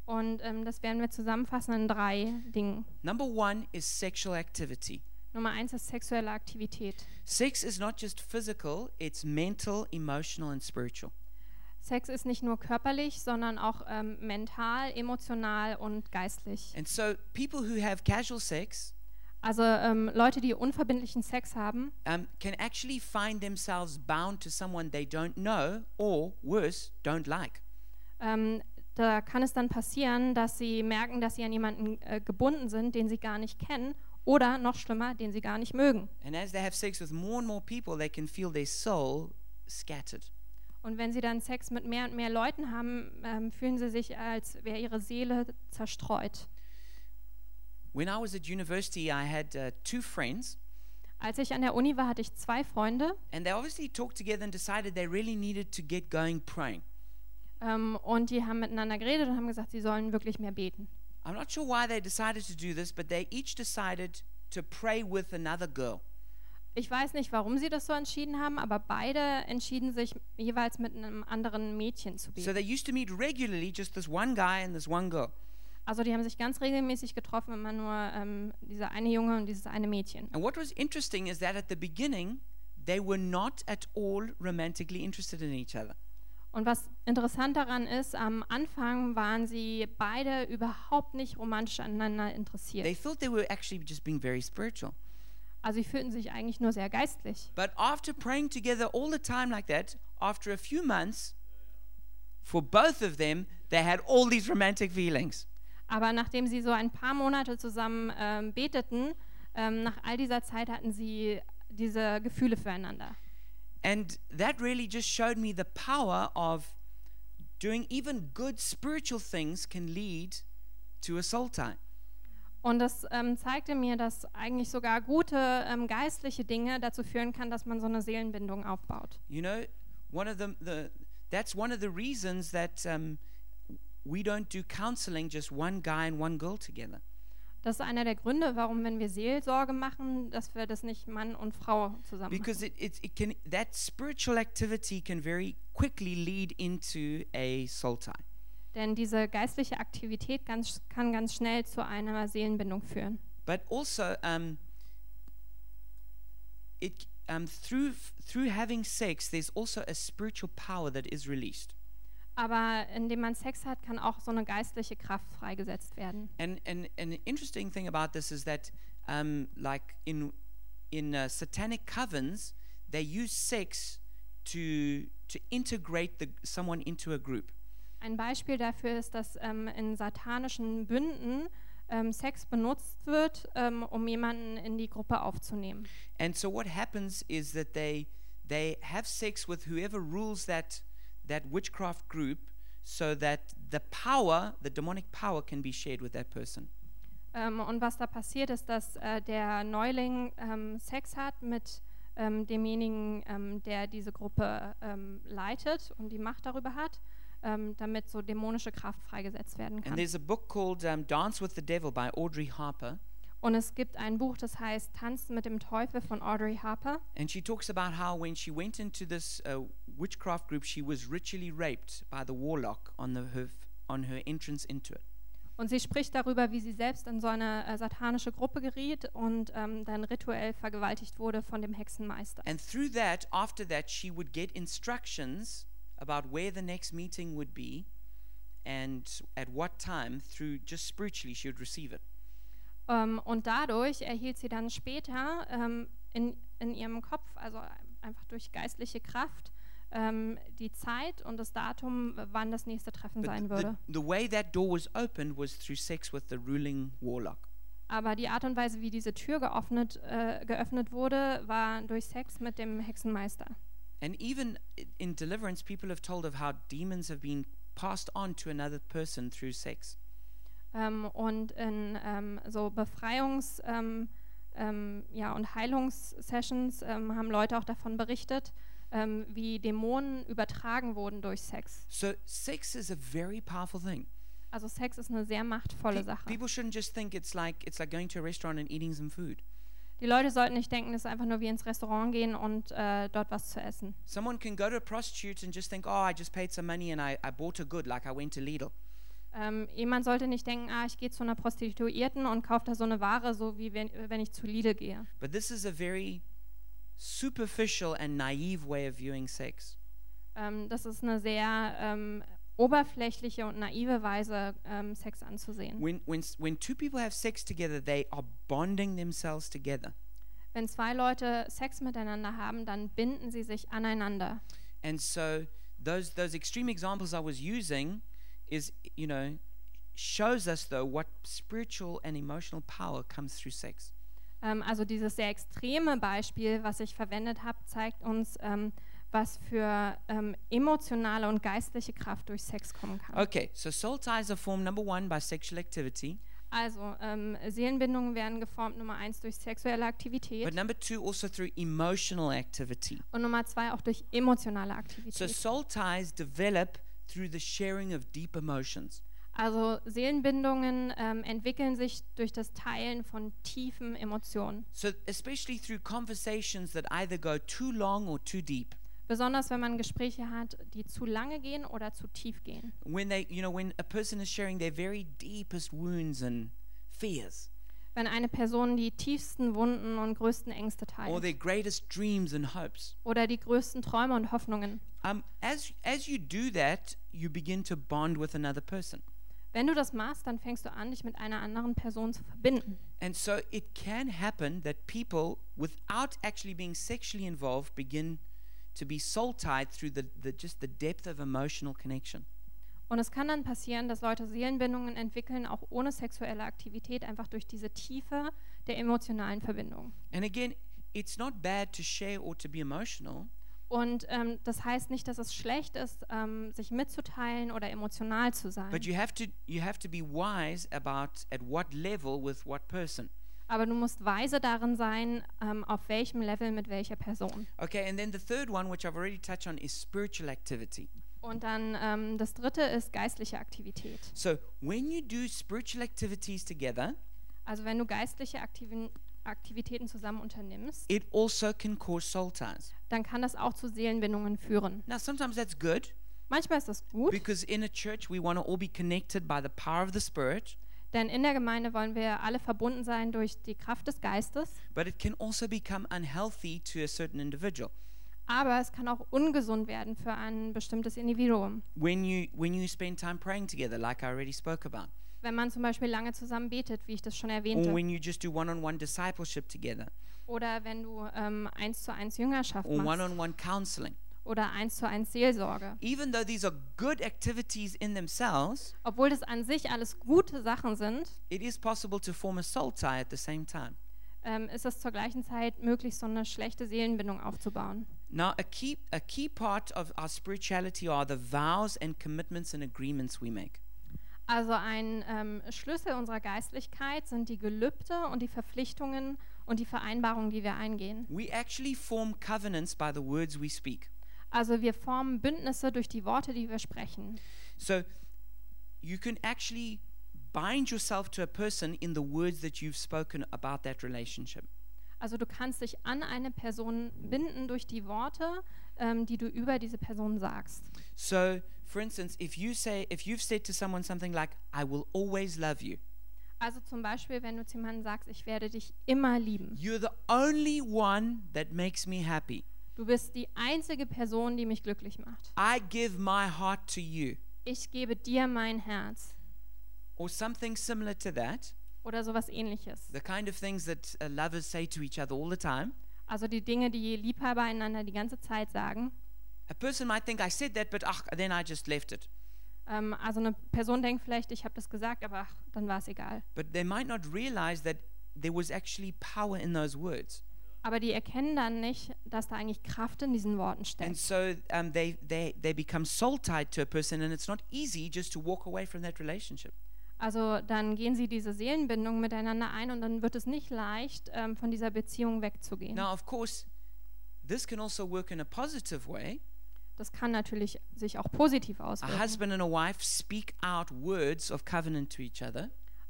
Speaker 2: Und ähm, das werden wir zusammenfassen in drei Dingen.
Speaker 1: Number one is sexual activity.
Speaker 2: Nummer eins ist sexuelle Aktivität.
Speaker 1: Sex is not just physical; it's mental, emotional, and spiritual.
Speaker 2: Sex ist nicht nur körperlich, sondern auch ähm, mental, emotional und geistlich.
Speaker 1: And so people who have casual sex
Speaker 2: Also ähm, Leute, die unverbindlichen Sex haben,
Speaker 1: um, can actually find themselves bound to someone they don't know, or worse, don't like.
Speaker 2: ähm, da kann es dann passieren, dass sie merken, dass sie an jemanden äh, gebunden sind, den sie gar nicht kennen oder noch schlimmer, den sie gar nicht mögen.
Speaker 1: And as they have sex with more and more people, they can feel their soul scattered.
Speaker 2: Und wenn sie dann Sex mit mehr und mehr Leuten haben, ähm, fühlen sie sich, als wäre ihre Seele zerstreut.
Speaker 1: When I was at university, I had uh, two friends,
Speaker 2: Als ich an der Uni war, hatte ich zwei Freunde
Speaker 1: and they obviously talked together and decided they really needed to get going praying.
Speaker 2: ähm, und die haben miteinander geredet und haben gesagt, sie sollen wirklich mehr beten.
Speaker 1: I'm not sure why they decided to do this, but they each decided to pray with another girl.
Speaker 2: Ich weiß nicht, warum sie das so entschieden haben, aber beide entschieden sich jeweils mit einem anderen Mädchen zu
Speaker 1: So
Speaker 2: beten.
Speaker 1: they used to meet regularly, just this one guy and this one girl.
Speaker 2: Also die haben sich ganz regelmäßig getroffen, immer nur ähm, dieser eine Junge und dieses eine Mädchen.
Speaker 1: And what was interesting is that at the beginning, they were not at all romantically interested in each other.
Speaker 2: Und was interessant daran ist, am Anfang waren sie beide überhaupt nicht romantisch aneinander
Speaker 1: They
Speaker 2: interessiert.
Speaker 1: thought they were actually just being very spiritual.
Speaker 2: Also sie fühlten sich eigentlich nur sehr geistlich.
Speaker 1: But after praying together all the time like that, after a few months, for both of them, they had all these romantic feelings.
Speaker 2: Aber nachdem sie so ein paar Monate zusammen ähm, beteten, ähm, nach all dieser Zeit hatten sie diese Gefühle füreinander.
Speaker 1: And that really just showed me the power of doing even good spiritual things can lead to a soul tie.
Speaker 2: Und das ähm, zeigte mir, dass eigentlich sogar gute ähm, geistliche Dinge dazu führen kann, dass man so eine Seelenbindung aufbaut.
Speaker 1: You know, one of the, the that's one of the reasons that um, we don't do counseling just one guy and one girl together.
Speaker 2: Das ist einer der Gründe, warum, wenn wir Seelsorge machen, dass wir das nicht Mann und Frau zusammen machen.
Speaker 1: Because it, it, it can that spiritual activity can very quickly lead into a soul tie.
Speaker 2: Denn diese geistliche Aktivität ganz, kann ganz schnell zu einer Seelenbindung führen.
Speaker 1: But also, um, it um, through through having sex, there's also a spiritual power that is released.
Speaker 2: Aber indem man Sex hat, kann auch so eine geistliche Kraft freigesetzt werden.
Speaker 1: And and an interesting thing about this is that, um, like in in uh, satanic covens, they use sex to to integrate the someone into a group.
Speaker 2: Ein Beispiel dafür ist, dass ähm, in satanischen Bünden ähm, Sex benutzt wird, ähm, um jemanden in die Gruppe aufzunehmen.
Speaker 1: And so what happens is that they they have sex with whoever rules that that witchcraft group, so that the power, the demonic power, can be shared with that person.
Speaker 2: Ähm, und was da passiert ist, dass äh, der Neuling ähm, Sex hat mit ähm, demjenigen, ähm, der diese Gruppe ähm, leitet und die Macht darüber hat, ähm, damit so dämonische Kraft freigesetzt werden
Speaker 1: And
Speaker 2: kann.
Speaker 1: there's a book called um, Dance with the Devil by Audrey Harper,
Speaker 2: Und es gibt ein Buch, das heißt Tanzen mit dem Teufel von Audrey Harper.
Speaker 1: and she talks about how when she went into this uh, witchcraft group, she was ritually raped by the warlock on the her, on her entrance into it.
Speaker 2: Und sie spricht darüber, wie sie selbst in so eine äh, satanische Gruppe geriet und ähm, dann rituell vergewaltigt wurde von dem Hexenmeister.
Speaker 1: And through that, after that, she would get instructions about where the next meeting would be and at what time, through just spiritually, she would receive it.
Speaker 2: Ähm, und dadurch erhielt sie dann später ähm, in, in ihrem Kopf, also einfach durch geistliche Kraft, ähm, die Zeit und das Datum, wann das nächste Treffen
Speaker 1: But
Speaker 2: sein
Speaker 1: th- the,
Speaker 2: würde.
Speaker 1: the way that door was opened was through sex with the ruling warlock.
Speaker 2: Aber die Art und Weise, wie diese Tür geöffnet, äh, geöffnet wurde, war durch Sex mit dem Hexenmeister.
Speaker 1: And even i- in deliverance, people have told of how demons have been passed on to another person through sex.
Speaker 2: Ähm, und in ähm, so Befreiungs- ähm, ähm, ja, und Heilungssessions ähm, haben Leute auch davon berichtet, ähm, wie Dämonen übertragen wurden durch Sex.
Speaker 1: So, sex is a very powerful thing.
Speaker 2: Also Sex ist eine sehr machtvolle
Speaker 1: Pe-
Speaker 2: Sache.
Speaker 1: people shouldn't just think it's like it's like going to a restaurant and eating some food.
Speaker 2: Die Leute sollten nicht denken, es ist einfach nur wie ins Restaurant gehen und äh, dort was zu essen.
Speaker 1: Someone can go to a prostitute and just think, oh, I just paid some money and I, I bought a good, like I went to Lidl.
Speaker 2: Ähm, jemand sollte nicht denken, ah, ich gehe zu einer Prostituierten und kaufe da so eine Ware, so wie wenn, wenn ich zu Lidl gehe.
Speaker 1: But this is a very superficial and naive way of viewing sex.
Speaker 2: Ähm, das ist eine sehr ähm, oberflächliche und naive Weise, ähm, Sex anzusehen.
Speaker 1: When, when, s- when two people have sex together, they are bonding themselves together.
Speaker 2: Wenn zwei Leute Sex miteinander haben, dann binden sie sich aneinander.
Speaker 1: And so those, those extreme examples I was using is, you know, shows us though what spiritual and emotional power comes through sex.
Speaker 2: Ähm, also dieses sehr extreme Beispiel, was ich verwendet habe, zeigt uns, ähm, was für ähm, emotionale und geistliche Kraft durch Sex kommen kann.
Speaker 1: Okay, so soul ties are formed number one by sexual activity,
Speaker 2: Also ähm, Seelenbindungen werden geformt, Nummer eins durch sexuelle
Speaker 1: but
Speaker 2: Aktivität
Speaker 1: number two also through emotional activity.
Speaker 2: und Nummer zwei auch durch emotionale
Speaker 1: So
Speaker 2: Aktivität.
Speaker 1: soul ties develop through the sharing of deep emotions.
Speaker 2: Also Seelenbindungen ähm, entwickeln sich durch das Teilen von tiefen Emotionen.
Speaker 1: So especially through conversations that either go too long or too deep.
Speaker 2: Besonders wenn man Gespräche hat, die zu lange gehen oder zu tief gehen.
Speaker 1: When they, you know, when a person is sharing their very deepest wounds and fears.
Speaker 2: wenn eine Person die tiefsten Wunden und größten Ängste
Speaker 1: or their
Speaker 2: teilt
Speaker 1: greatest dreams and hopes.
Speaker 2: oder die größten Träume und Hoffnungen.
Speaker 1: Um, as, as you do that, you begin to bond with another person.
Speaker 2: Wenn du das machst, dann fängst du an, dich mit einer anderen Person zu verbinden.
Speaker 1: And so it can happen that people, without actually being sexually involved, begin to be soul tied through the, the, just the depth of emotional connection.
Speaker 2: Und es kann dann passieren, dass Leute Seelenbindungen entwickeln, auch ohne sexuelle Aktivität, einfach durch diese Tiefe der emotionalen Verbindung.
Speaker 1: And again, it's not bad to share or to be emotional,
Speaker 2: Und ähm, das heißt nicht, dass es schlecht ist, ähm, sich mitzuteilen oder emotional zu sein.
Speaker 1: but you have to you have to be wise about at what level with what person.
Speaker 2: Aber du musst weise darin sein, ähm, auf welchem Level mit welcher Person.
Speaker 1: Okay, and then the third one, which I've already touched on, is spiritual activity.
Speaker 2: Und dann ähm, das dritte ist geistliche Aktivität.
Speaker 1: So when you do spiritual activities together,
Speaker 2: Also wenn du geistliche Aktivi Aktivitäten zusammen unternimmst,
Speaker 1: it also can cause soul ties.
Speaker 2: dann kann das auch zu Seelenbindungen führen.
Speaker 1: Now sometimes that's good
Speaker 2: Manchmal ist das gut,
Speaker 1: because in a church we want to all be connected by the power of the Spirit,
Speaker 2: denn in der Gemeinde wollen wir alle verbunden sein durch die Kraft des Geistes,
Speaker 1: but it can also become unhealthy to a certain individual.
Speaker 2: aber es kann auch ungesund werden für ein bestimmtes Individuum.
Speaker 1: When you when you spend time praying together, like I already spoke about,
Speaker 2: Wenn man zum Beispiel lange zusammen betet, wie ich das schon
Speaker 1: or
Speaker 2: erwähnte,
Speaker 1: when you just do one-on-one discipleship together,
Speaker 2: oder wenn du ähm, eins zu eins Jüngerschaft
Speaker 1: or
Speaker 2: machst
Speaker 1: one-on-one counseling.
Speaker 2: oder eins zu eins Seelsorge.
Speaker 1: Even though these are good activities in themselves,
Speaker 2: Obwohl das an sich alles gute Sachen sind,
Speaker 1: it is possible to form a soul tie at the same time.
Speaker 2: ähm, ist es zur gleichen Zeit möglich, so eine schlechte Seelenbindung aufzubauen.
Speaker 1: Now, a key, a key part of our spirituality are the vows and commitments and agreements we make.
Speaker 2: Also ein ähm, Schlüssel unserer Geistlichkeit sind die Gelübde und die Verpflichtungen und die Vereinbarungen, die wir eingehen.
Speaker 1: We actually form covenants by the words we speak.
Speaker 2: Also wir formen Bündnisse durch die Worte, die wir sprechen.
Speaker 1: So you can actually bind yourself to a person in the words that you've spoken about that relationship.
Speaker 2: Also du kannst dich an eine Person binden durch die Worte, ähm, die du über diese Person sagst.
Speaker 1: So, for instance, if you say if you've said to someone something like I will always love you,
Speaker 2: Also zum Beispiel, wenn du zu jemandem sagst, ich werde dich immer lieben.
Speaker 1: you're the only one that makes me happy.
Speaker 2: Du bist die einzige Person, die mich glücklich macht.
Speaker 1: I give my heart to you
Speaker 2: Ich gebe dir mein Herz
Speaker 1: or something similar to that.
Speaker 2: oder sowas ähnliches.
Speaker 1: the kind of things that uh, lovers say to each other all the time.
Speaker 2: Also die Dinge, die Liebhaber einander die ganze Zeit sagen.
Speaker 1: A person might think I said that, but ach, then I just left it.
Speaker 2: Ähm, also eine Person denkt vielleicht, ich habe das gesagt, aber ach, dann war es egal.
Speaker 1: But they might not realize that there was actually power in those words,
Speaker 2: Aber die erkennen dann nicht, dass da eigentlich Kraft in diesen Worten
Speaker 1: and
Speaker 2: steckt.
Speaker 1: so um, they they they become soul tied to a person, and it's not easy just to walk away from that relationship.
Speaker 2: Also dann gehen sie diese Seelenbindung miteinander ein und dann wird es nicht leicht, ähm, von dieser Beziehung wegzugehen.
Speaker 1: Now, of course, this can also work in a positive way.
Speaker 2: Das kann natürlich sich auch positiv
Speaker 1: A
Speaker 2: auswirken.
Speaker 1: husband and a wife speak out words of covenant to each other,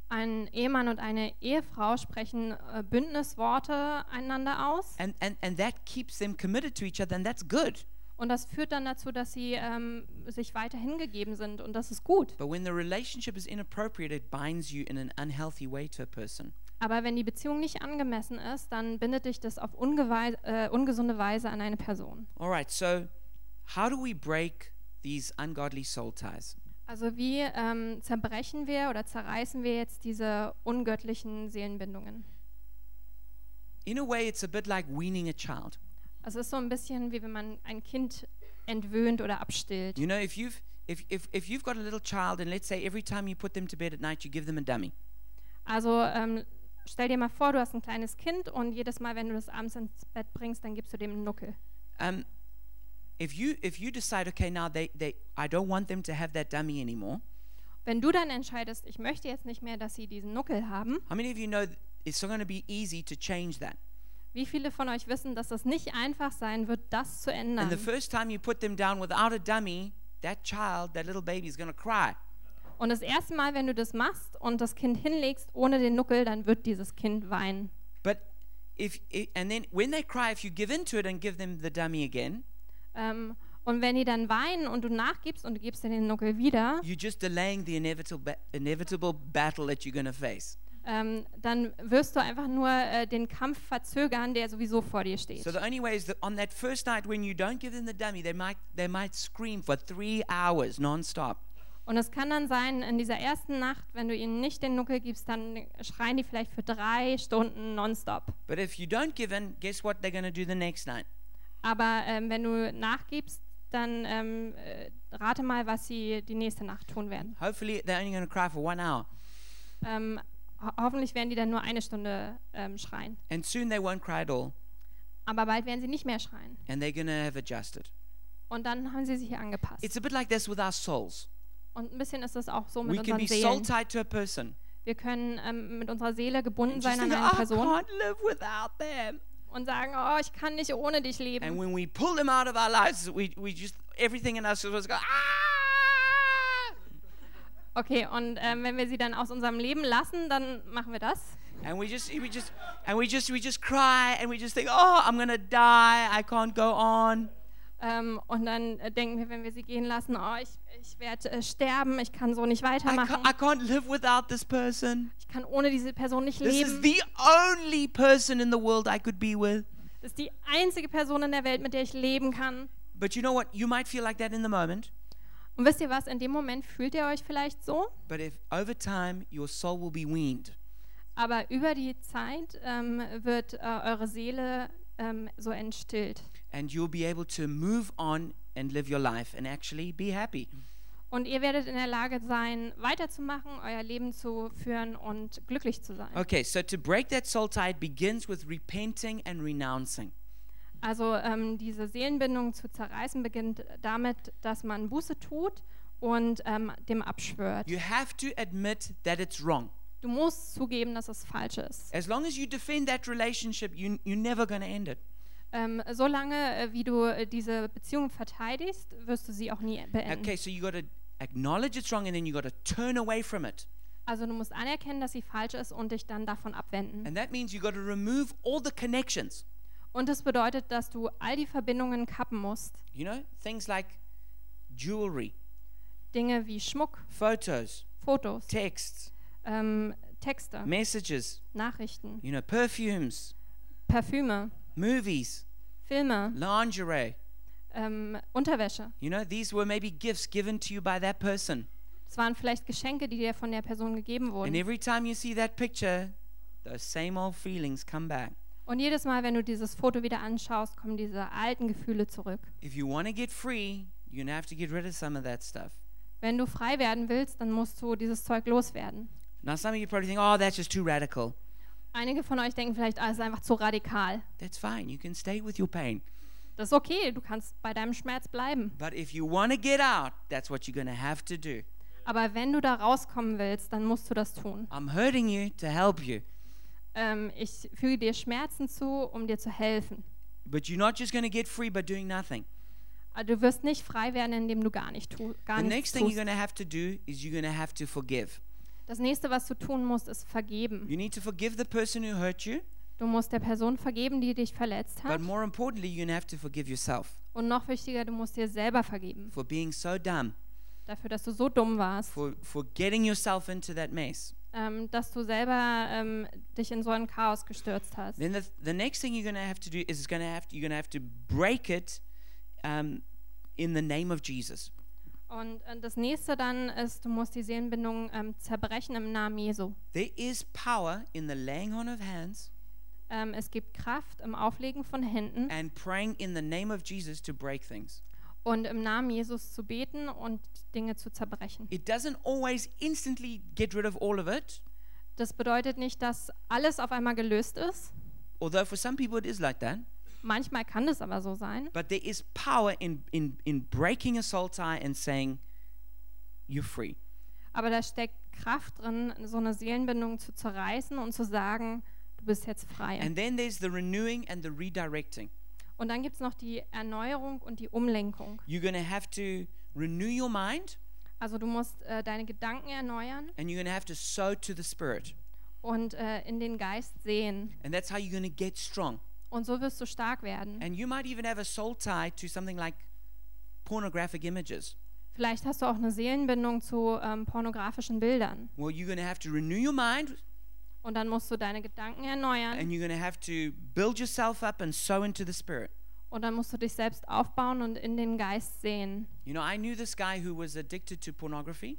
Speaker 2: Ein Ehemann und eine Ehefrau sprechen äh, Bündnisworte einander aus
Speaker 1: and and and that keeps them committed to each other, and that's good.
Speaker 2: und das führt dann dazu, dass sie ähm, sich weiter hingegeben sind und das ist gut.
Speaker 1: But when the relationship is inappropriate, it binds you in an unhealthy way to a person.
Speaker 2: Aber wenn die Beziehung nicht angemessen ist, dann bindet dich das auf ungewei- äh, ungesunde Weise an eine Person.
Speaker 1: All right, so how do we break these ungodly soul ties?
Speaker 2: Also wie ähm, zerbrechen wir oder zerreißen wir jetzt diese ungöttlichen Seelenbindungen?
Speaker 1: In a way, it's a bit like weaning a child.
Speaker 2: Also es ist so ein bisschen wie wenn man ein Kind entwöhnt oder abstillt.
Speaker 1: You know, if you've if, if, if you've got a little child and let's say every time you put them to bed at night you give them a dummy
Speaker 2: Also ähm, stell dir mal vor, du hast ein kleines Kind und jedes Mal, wenn du das abends ins Bett bringst, dann gibst du dem einen Nuckel.
Speaker 1: um, if you if you decide okay now they, they i don't want them to have that dummy anymore
Speaker 2: Wenn du dann entscheidest, ich möchte jetzt nicht mehr, dass sie diesen Nuckel haben,
Speaker 1: how many of you know th- it's not going to be easy to change that
Speaker 2: wie viele von euch wissen, dass es nicht einfach sein wird, das zu
Speaker 1: and the
Speaker 2: ändern?
Speaker 1: first time you put them down without a dummy that child that little baby is going to cry
Speaker 2: Und das erste Mal, wenn du das machst und das Kind hinlegst ohne den Nuckel, dann wird dieses Kind weinen.
Speaker 1: But if i and then when they cry, if you give in to it and give them the dummy again,
Speaker 2: Ähm, und wenn die dann weinen und du nachgibst und du gibst dir den Nuckel wieder,
Speaker 1: you're just delaying the inevitable ba- inevitable battle that you're going to face.
Speaker 2: ähm, dann wirst du einfach nur äh, den Kampf verzögern, der sowieso vor dir steht.
Speaker 1: So the only way is that on that first night when you don't give them the dummy, they might they might scream for three hours nonstop.
Speaker 2: Und es kann dann sein, in dieser ersten Nacht, wenn du ihnen nicht den Nuckel gibst, dann schreien die vielleicht für drei Stunden nonstop.
Speaker 1: But if you don't give in, guess what they're going to do the next night?
Speaker 2: Aber ähm, wenn du nachgibst, dann ähm, äh, rate mal, was sie die nächste Nacht tun werden.
Speaker 1: Hopefully, they're only going to cry for one hour,
Speaker 2: Ähm, ho hoffentlich werden die dann nur eine Stunde ähm, schreien.
Speaker 1: and soon they won't cry at all,
Speaker 2: Aber bald werden sie nicht mehr schreien.
Speaker 1: and they're going to have adjusted.
Speaker 2: Und dann haben sie sich hier angepasst.
Speaker 1: It's a bit like this with our souls.
Speaker 2: Und ein bisschen ist es auch so
Speaker 1: We
Speaker 2: mit
Speaker 1: can be
Speaker 2: unseren
Speaker 1: soul
Speaker 2: Seelen.
Speaker 1: tied to a person.
Speaker 2: Wir können ähm, mit unserer Seele gebunden
Speaker 1: And just
Speaker 2: sein an
Speaker 1: think,
Speaker 2: eine
Speaker 1: "Oh, I
Speaker 2: Person
Speaker 1: can't live without them.
Speaker 2: und sagen, oh, ich kann nicht ohne dich leben.
Speaker 1: And when we pull them out of our lives, we, we just everything in us just goes ah.
Speaker 2: Okay, und ähm, wenn wir sie dann aus unserem Leben lassen, dann machen wir das.
Speaker 1: And we just we just and we just we just cry and we just think, oh, I'm gonna die. I can't go on.
Speaker 2: Ähm, und dann äh, denken wir, wenn wir sie gehen lassen, oh, ich, ich werde äh, sterben, ich kann so nicht
Speaker 1: I,
Speaker 2: weitermachen,
Speaker 1: ca- I can't live without this person.
Speaker 2: ich kann ohne diese Person nicht
Speaker 1: This is
Speaker 2: leben.
Speaker 1: the only person in the world I could be with.
Speaker 2: Das ist die einzige Person in der Welt, mit der ich leben kann.
Speaker 1: But you know what? You might feel like that in the moment,
Speaker 2: Und wisst ihr was, in dem Moment fühlt ihr euch vielleicht so,
Speaker 1: but if over time your soul will be weaned.
Speaker 2: aber über die Zeit ähm, wird äh, eure Seele ähm, so entstillt.
Speaker 1: and you'll be able to move on and live your life and actually be happy.
Speaker 2: Und ihr werdet in der Lage sein, weiterzumachen, euer Leben zu führen und glücklich zu sein.
Speaker 1: Okay, so to break that soul tie, it begins with repenting and renouncing.
Speaker 2: Also ähm, diese Seelenbindung zu zerreißen beginnt damit, dass man Buße tut und ähm, dem abschwört.
Speaker 1: You have to admit that it's wrong.
Speaker 2: Du musst zugeben, dass es falsch ist.
Speaker 1: As long as you defend that relationship, you, you're never going to end it.
Speaker 2: Ähm, solange äh, wie du äh, diese Beziehung verteidigst, wirst du sie auch nie beenden.
Speaker 1: Okay, so you got to acknowledge it's wrong and then you got to turn away from it.
Speaker 2: Also du musst anerkennen, dass sie falsch ist und dich dann davon abwenden.
Speaker 1: And that means you got to remove all the connections.
Speaker 2: Und das bedeutet, dass du all die Verbindungen kappen musst.
Speaker 1: You know, things like jewelry,
Speaker 2: Dinge wie Schmuck,
Speaker 1: photos,
Speaker 2: Fotos,
Speaker 1: texts,
Speaker 2: ähm, Texte,
Speaker 1: messages,
Speaker 2: Nachrichten,
Speaker 1: you know, perfumes,
Speaker 2: Parfüme,
Speaker 1: movies,
Speaker 2: Filme,
Speaker 1: lingerie.
Speaker 2: ähm, Unterwäsche.
Speaker 1: You know, these were maybe gifts given to you by that person.
Speaker 2: Es waren vielleicht Geschenke, die dir von der Person gegeben
Speaker 1: And
Speaker 2: wurden.
Speaker 1: every time you see that picture, those same old feelings come back.
Speaker 2: Und jedes Mal, wenn du dieses Foto wieder anschaust, kommen diese alten Gefühle zurück.
Speaker 1: If you want to get free, you're going to have to get rid of some of that stuff.
Speaker 2: Wenn du frei werden willst, dann musst du dieses Zeug loswerden.
Speaker 1: Now, some of you probably think, oh, that's just too radical.
Speaker 2: Einige von euch denken vielleicht, ah, es ist einfach zu radikal.
Speaker 1: That's fine. You can stay with your pain.
Speaker 2: Das ist okay, du kannst bei deinem Schmerz bleiben.
Speaker 1: But if you want to get out, that's what you're going to have to do.
Speaker 2: Aber wenn du da rauskommen willst, dann musst du das tun.
Speaker 1: I'm hurting you to help you.
Speaker 2: Ähm, ich füge dir Schmerzen zu, um dir zu helfen.
Speaker 1: But you're not just going to get free by doing nothing.
Speaker 2: Aber du wirst nicht frei werden, indem du gar, nicht tu gar
Speaker 1: The next
Speaker 2: nichts
Speaker 1: thing you're
Speaker 2: tust.
Speaker 1: going to have to do is you're going to have to forgive.
Speaker 2: Das nächste, was du tun musst, ist vergeben.
Speaker 1: You need to forgive the person who hurt you,
Speaker 2: Du musst der Person vergeben, die dich verletzt hat.
Speaker 1: but more importantly, you're going to have to forgive yourself.
Speaker 2: Und noch wichtiger, du musst dir selber vergeben,
Speaker 1: for being so dumb,
Speaker 2: dafür, dass du so dumm warst,
Speaker 1: for, for getting yourself into that mess.
Speaker 2: ähm, dass du selber ähm, dich in so ein Chaos gestürzt hast.
Speaker 1: Then the, the next thing you're going to have to do is going to have you're going to have to break it um, in the name of Jesus.
Speaker 2: Und äh, das nächste dann ist, du musst die Seelenbindung ähm, zerbrechen im Namen Jesu.
Speaker 1: There is power in the laying on of hands
Speaker 2: Ähm, es gibt Kraft im Auflegen von Händen
Speaker 1: and praying in the name of Jesus to break things.
Speaker 2: und im Namen Jesus zu beten und Dinge zu zerbrechen.
Speaker 1: It doesn't always instantly get rid of all of it,
Speaker 2: Das bedeutet nicht, dass alles auf einmal gelöst ist.
Speaker 1: although for some people it is like that.
Speaker 2: Manchmal kann es aber so sein.
Speaker 1: But there is power in in in breaking a soul tie and saying, "You're free."
Speaker 2: Aber da steckt Kraft drin, so eine Seelenbindung zu zerreißen und zu sagen, du bist jetzt frei.
Speaker 1: And then there's the renewing and the redirecting.
Speaker 2: Und dann gibt es noch die Erneuerung und die Umlenkung.
Speaker 1: You're going to have to renew your mind
Speaker 2: Also du musst äh, deine Gedanken erneuern
Speaker 1: and you're going to have to sow to the Spirit.
Speaker 2: und äh, in den Geist sehen.
Speaker 1: And that's how you're going to get strong.
Speaker 2: Und so wirst du stark werden.
Speaker 1: And you might even have a soul tie to something like pornographic images.
Speaker 2: Vielleicht hast du auch eine Seelenbindung zu ähm, pornografischen Bildern.
Speaker 1: Well, you're going to have to renew your mind
Speaker 2: Und dann musst du deine Gedanken erneuern
Speaker 1: and you're going to have to build yourself up and sow into the Spirit.
Speaker 2: und dann musst du dich selbst aufbauen und in den Geist sehen.
Speaker 1: You know, I knew this guy who was addicted to pornography,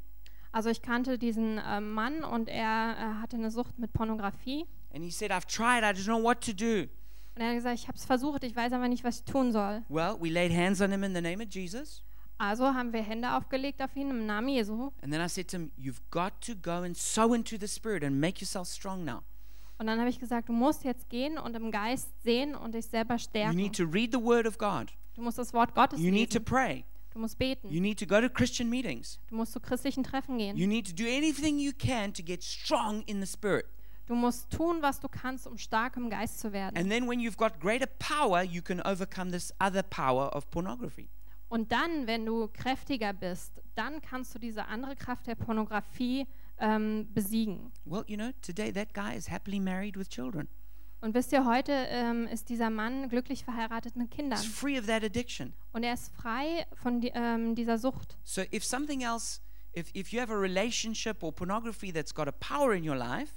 Speaker 2: Also ich kannte diesen äh, Mann und er äh, hatte eine Sucht mit Pornografie.
Speaker 1: and he said, I've tried, I don't know what to do.
Speaker 2: Und er hat gesagt, ich habe es versucht, ich weiß aber nicht, was ich tun soll.
Speaker 1: Well, we laid hands on him in the name of Jesus.
Speaker 2: Also haben wir Hände aufgelegt auf ihn im Namen Jesu.
Speaker 1: And then I said to him, You've got to go and sow into the Spirit and make yourself strong now.
Speaker 2: Und dann habe ich gesagt, du musst jetzt gehen und im Geist sehen und dich selber
Speaker 1: You
Speaker 2: stärken.
Speaker 1: need to read the Word of God.
Speaker 2: Du musst das Wort Gottes
Speaker 1: You need to Mm-hmm. pray.
Speaker 2: lesen. Du musst
Speaker 1: You
Speaker 2: beten.
Speaker 1: need to go to Christian meetings.
Speaker 2: Du musst zu christlichen Treffen
Speaker 1: You
Speaker 2: gehen.
Speaker 1: need to do anything you can to get strong in the Spirit.
Speaker 2: Du musst tun, was du kannst, um stark im Geist zu werden.
Speaker 1: And then when you've got greater power, you can overcome this other power of pornography.
Speaker 2: Und dann, wenn du kräftiger bist, dann kannst du diese andere Kraft der Pornografie ähm, besiegen.
Speaker 1: Well, you know, today that guy is happily married with children.
Speaker 2: Und wisst ihr, heute ähm, ist dieser Mann glücklich verheiratet mit Kindern.
Speaker 1: He's free of that addiction.
Speaker 2: Und er ist frei von di ähm, dieser Sucht.
Speaker 1: So if something else, if, if you have a relationship or pornography that's got a power in your life,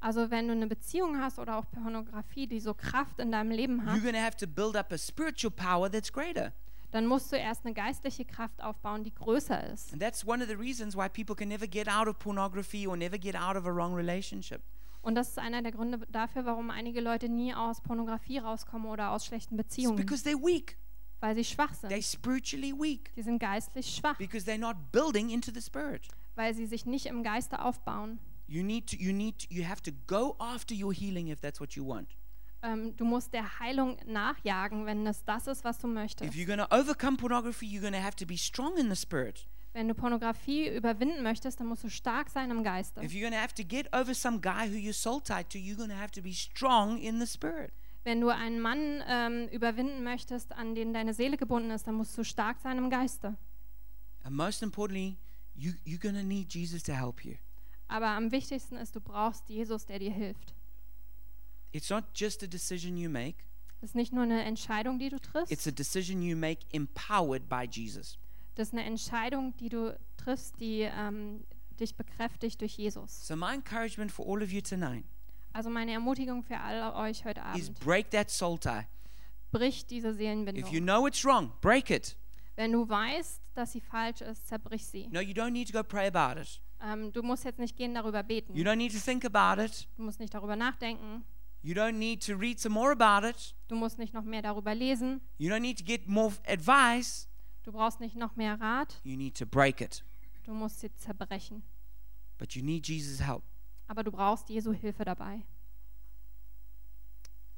Speaker 2: Also wenn du eine Beziehung hast oder auch Pornografie, die so Kraft in deinem Leben
Speaker 1: you're
Speaker 2: hat,
Speaker 1: going to have to build up a spiritual power that's greater.
Speaker 2: dann musst du erst eine geistliche Kraft aufbauen, die größer ist.
Speaker 1: And that's one of the reasons why people can never get out of pornography or never get out of a wrong relationship.
Speaker 2: Und das ist einer der Gründe dafür, warum einige Leute nie aus Pornografie rauskommen oder aus schlechten
Speaker 1: It's
Speaker 2: Beziehungen,
Speaker 1: because they're weak.
Speaker 2: weil sie schwach sind.
Speaker 1: They're spiritually weak
Speaker 2: Die sind geistlich schwach,
Speaker 1: because they're not building into the spirit.
Speaker 2: weil sie sich nicht im Geiste aufbauen.
Speaker 1: You need to you need to, you have to go after your healing if that's what you want.
Speaker 2: Ähm, du musst der Heilung nachjagen, wenn das das ist, was du möchtest.
Speaker 1: If you're going to overcome pornography, you're going to have to be strong in the spirit.
Speaker 2: Wenn du Pornografie überwinden möchtest, dann musst du stark sein im Geiste.
Speaker 1: If you're going to have to get over some guy who you're soul tied to, you're going to have to be strong in the spirit.
Speaker 2: Wenn du einen Mann ähm, überwinden möchtest, an den deine Seele gebunden ist, dann musst du stark sein im Geiste.
Speaker 1: And most importantly, you, you're going to need Jesus to help you.
Speaker 2: Aber am wichtigsten ist, du brauchst Jesus, der dir hilft.
Speaker 1: It's not just a decision you make,
Speaker 2: Das ist nicht nur eine Entscheidung, die du
Speaker 1: it's
Speaker 2: triffst.
Speaker 1: a decision you make empowered by Jesus.
Speaker 2: Das ist eine Entscheidung, die du triffst, die ähm, dich bekräftigt durch Jesus.
Speaker 1: So, my encouragement for all of you tonight
Speaker 2: Also meine Ermutigung für all euch heute
Speaker 1: is
Speaker 2: Abend:
Speaker 1: break that soul tie.
Speaker 2: Brich diese
Speaker 1: If you
Speaker 2: Seelenbindung.
Speaker 1: know it's wrong, break it.
Speaker 2: Wenn du weißt, dass sie falsch ist, zerbrich sie.
Speaker 1: No, you don't need to go pray about it.
Speaker 2: Ähm, du musst jetzt nicht gehen darüber beten.
Speaker 1: You don't need to think about it.
Speaker 2: Du musst nicht darüber nachdenken.
Speaker 1: You don't need to read some more about it.
Speaker 2: Du musst nicht noch mehr darüber lesen.
Speaker 1: You don't need to get more f- advice.
Speaker 2: Du brauchst nicht noch mehr Rat.
Speaker 1: You need to break it.
Speaker 2: Du musst sie zerbrechen.
Speaker 1: But you need Jesus' help.
Speaker 2: Aber du brauchst Jesu Hilfe dabei.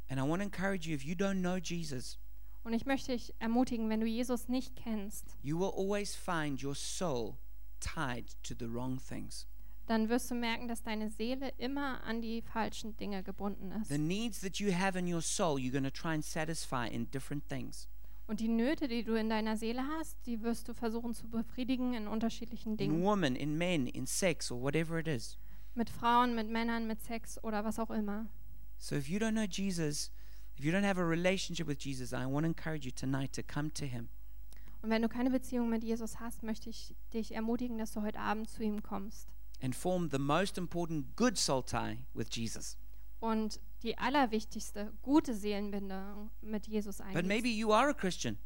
Speaker 1: And I want to encourage you if you don't know Jesus,
Speaker 2: Und ich möchte dich ermutigen, wenn du Jesus nicht kennst,
Speaker 1: you will always find your soul tied to the wrong things.
Speaker 2: dann wirst du merken, dass deine Seele immer an die falschen Dinge gebunden
Speaker 1: The
Speaker 2: ist.
Speaker 1: needs that you have in your soul, you're going to try and satisfy in different things.
Speaker 2: Und die Nöte, die du in deiner Seele hast, die wirst du versuchen zu befriedigen in unterschiedlichen
Speaker 1: In
Speaker 2: Dingen.
Speaker 1: women, in men, in sex, or whatever it is.
Speaker 2: Mit Frauen, mit Männern, mit Sex oder was auch immer.
Speaker 1: So if you don't know Jesus, if you don't have a relationship with Jesus, I want to encourage you tonight to come to him.
Speaker 2: Und wenn du keine Beziehung mit Jesus hast, möchte ich dich ermutigen, dass du heute Abend zu ihm kommst.
Speaker 1: and form the most important good soul tie with Jesus.
Speaker 2: und die allerwichtigste gute Seelenbindung mit Jesus
Speaker 1: But maybe
Speaker 2: eingehst.
Speaker 1: you are a Christian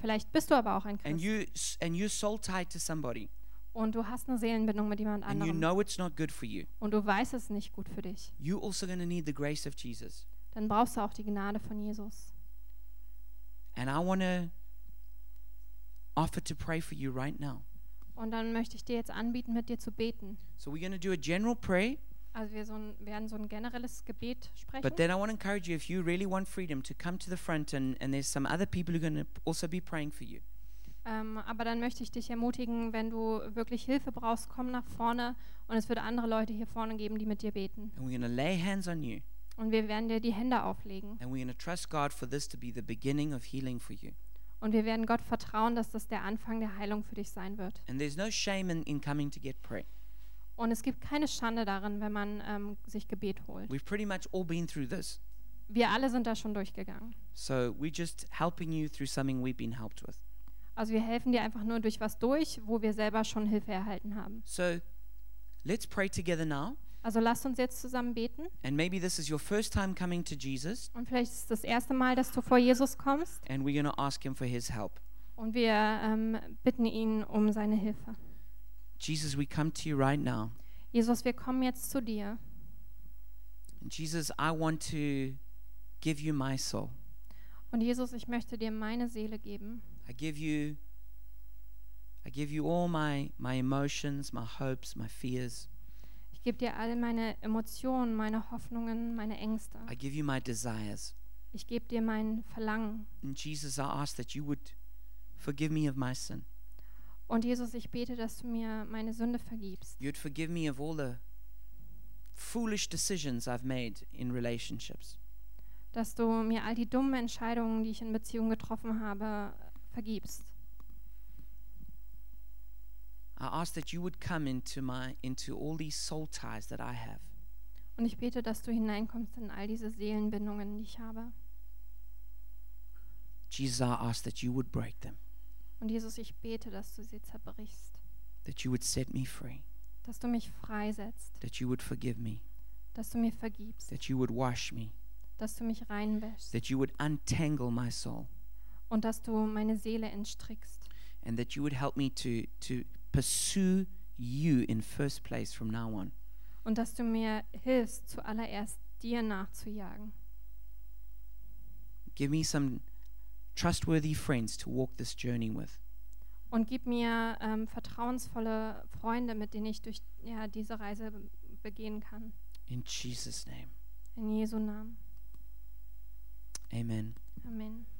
Speaker 2: Vielleicht bist du aber auch ein
Speaker 1: and
Speaker 2: Christ
Speaker 1: you s- and you're soul tied to somebody
Speaker 2: und du hast eine Seelenbindung mit jemand
Speaker 1: and you
Speaker 2: anderem
Speaker 1: know it's not good for you.
Speaker 2: und du weißt es nicht gut für dich.
Speaker 1: You're also going to need the grace of Jesus.
Speaker 2: Dann brauchst du auch die Gnade von Jesus.
Speaker 1: And I want to offer to pray for you right now.
Speaker 2: Und dann möchte ich dir jetzt anbieten, mit dir zu beten.
Speaker 1: So we're going to do a general prayer,
Speaker 2: Also wir so ein, werden so ein generelles Gebet sprechen.
Speaker 1: but then I want to encourage you if you really want freedom to come to the front and, and there's some other people who are going to also be praying for you.
Speaker 2: Ähm, aber dann möchte ich dich ermutigen, wenn du wirklich Hilfe brauchst, komm nach vorne und es wird andere Leute hier vorne geben, die mit dir beten.
Speaker 1: And we're going to lay hands on you
Speaker 2: Und wir werden dir die Hände auflegen
Speaker 1: and we're going to trust God for this to be the beginning of healing for you.
Speaker 2: und wir werden Gott vertrauen, dass das der Anfang der Heilung für dich sein wird.
Speaker 1: And there's no shame in, in coming to get prayer.
Speaker 2: Und es gibt keine Schande darin, wenn man ähm, sich Gebet holt.
Speaker 1: We've pretty much all been through this.
Speaker 2: Wir alle sind da schon durchgegangen.
Speaker 1: So we're just helping you through something we've been helped with.
Speaker 2: Also wir helfen dir einfach nur durch was durch, wo wir selber schon Hilfe erhalten haben.
Speaker 1: So let's pray together now.
Speaker 2: Also lasst uns jetzt zusammen beten.
Speaker 1: And maybe this is your first time coming to Jesus,
Speaker 2: Und vielleicht ist es das erste Mal, dass du vor Jesus kommst.
Speaker 1: and we're going to ask Him for His help.
Speaker 2: Und wir ähm, bitten ihn um seine Hilfe.
Speaker 1: Jesus, we come to you right now.
Speaker 2: Jesus, wir kommen jetzt zu dir.
Speaker 1: And Jesus, I want to give you my soul.
Speaker 2: Und Jesus, ich möchte dir meine Seele geben.
Speaker 1: I give you I give you all my my emotions, my hopes, my fears.
Speaker 2: Ich gebe dir all meine Emotionen, meine Hoffnungen, meine Ängste.
Speaker 1: I give you my desires.
Speaker 2: Ich gebe dir mein Verlangen.
Speaker 1: And Jesus, I ask that you would forgive me of my sin.
Speaker 2: Und Jesus, ich bete, dass du mir meine Sünde vergibst.
Speaker 1: You'd forgive me of all the foolish decisions I've made in relationships.
Speaker 2: Dass du mir all die dummen Entscheidungen, die ich in Beziehungen getroffen habe, vergibst.
Speaker 1: I ask that you would come into my into all these soul ties that I have.
Speaker 2: Und ich bete, dass du hineinkommst in all diese Seelenbindungen, die ich habe.
Speaker 1: Jesus, I ask that you would break them,
Speaker 2: Und Jesus, ich bete, dass du sie zerbrichst.
Speaker 1: that you would set me free,
Speaker 2: Dass du mich freisetzt.
Speaker 1: that you would forgive me,
Speaker 2: Dass du mir vergibst.
Speaker 1: that you would wash me,
Speaker 2: dass du mich reinwäschst
Speaker 1: that you would untangle my soul.
Speaker 2: und dass du meine Seele entstrickst
Speaker 1: and that you would help me to to pursue you in first place from now on.
Speaker 2: und dass du mir hilfst, zuallererst dir nachzujagen.
Speaker 1: Give me some trustworthy friends to walk this journey with.
Speaker 2: Und gib mir ähm, vertrauensvolle Freunde, mit denen ich durch ja, diese Reise begehen kann.
Speaker 1: In Jesus' name.
Speaker 2: In Jesu Namen.
Speaker 1: Amen.
Speaker 2: Amen.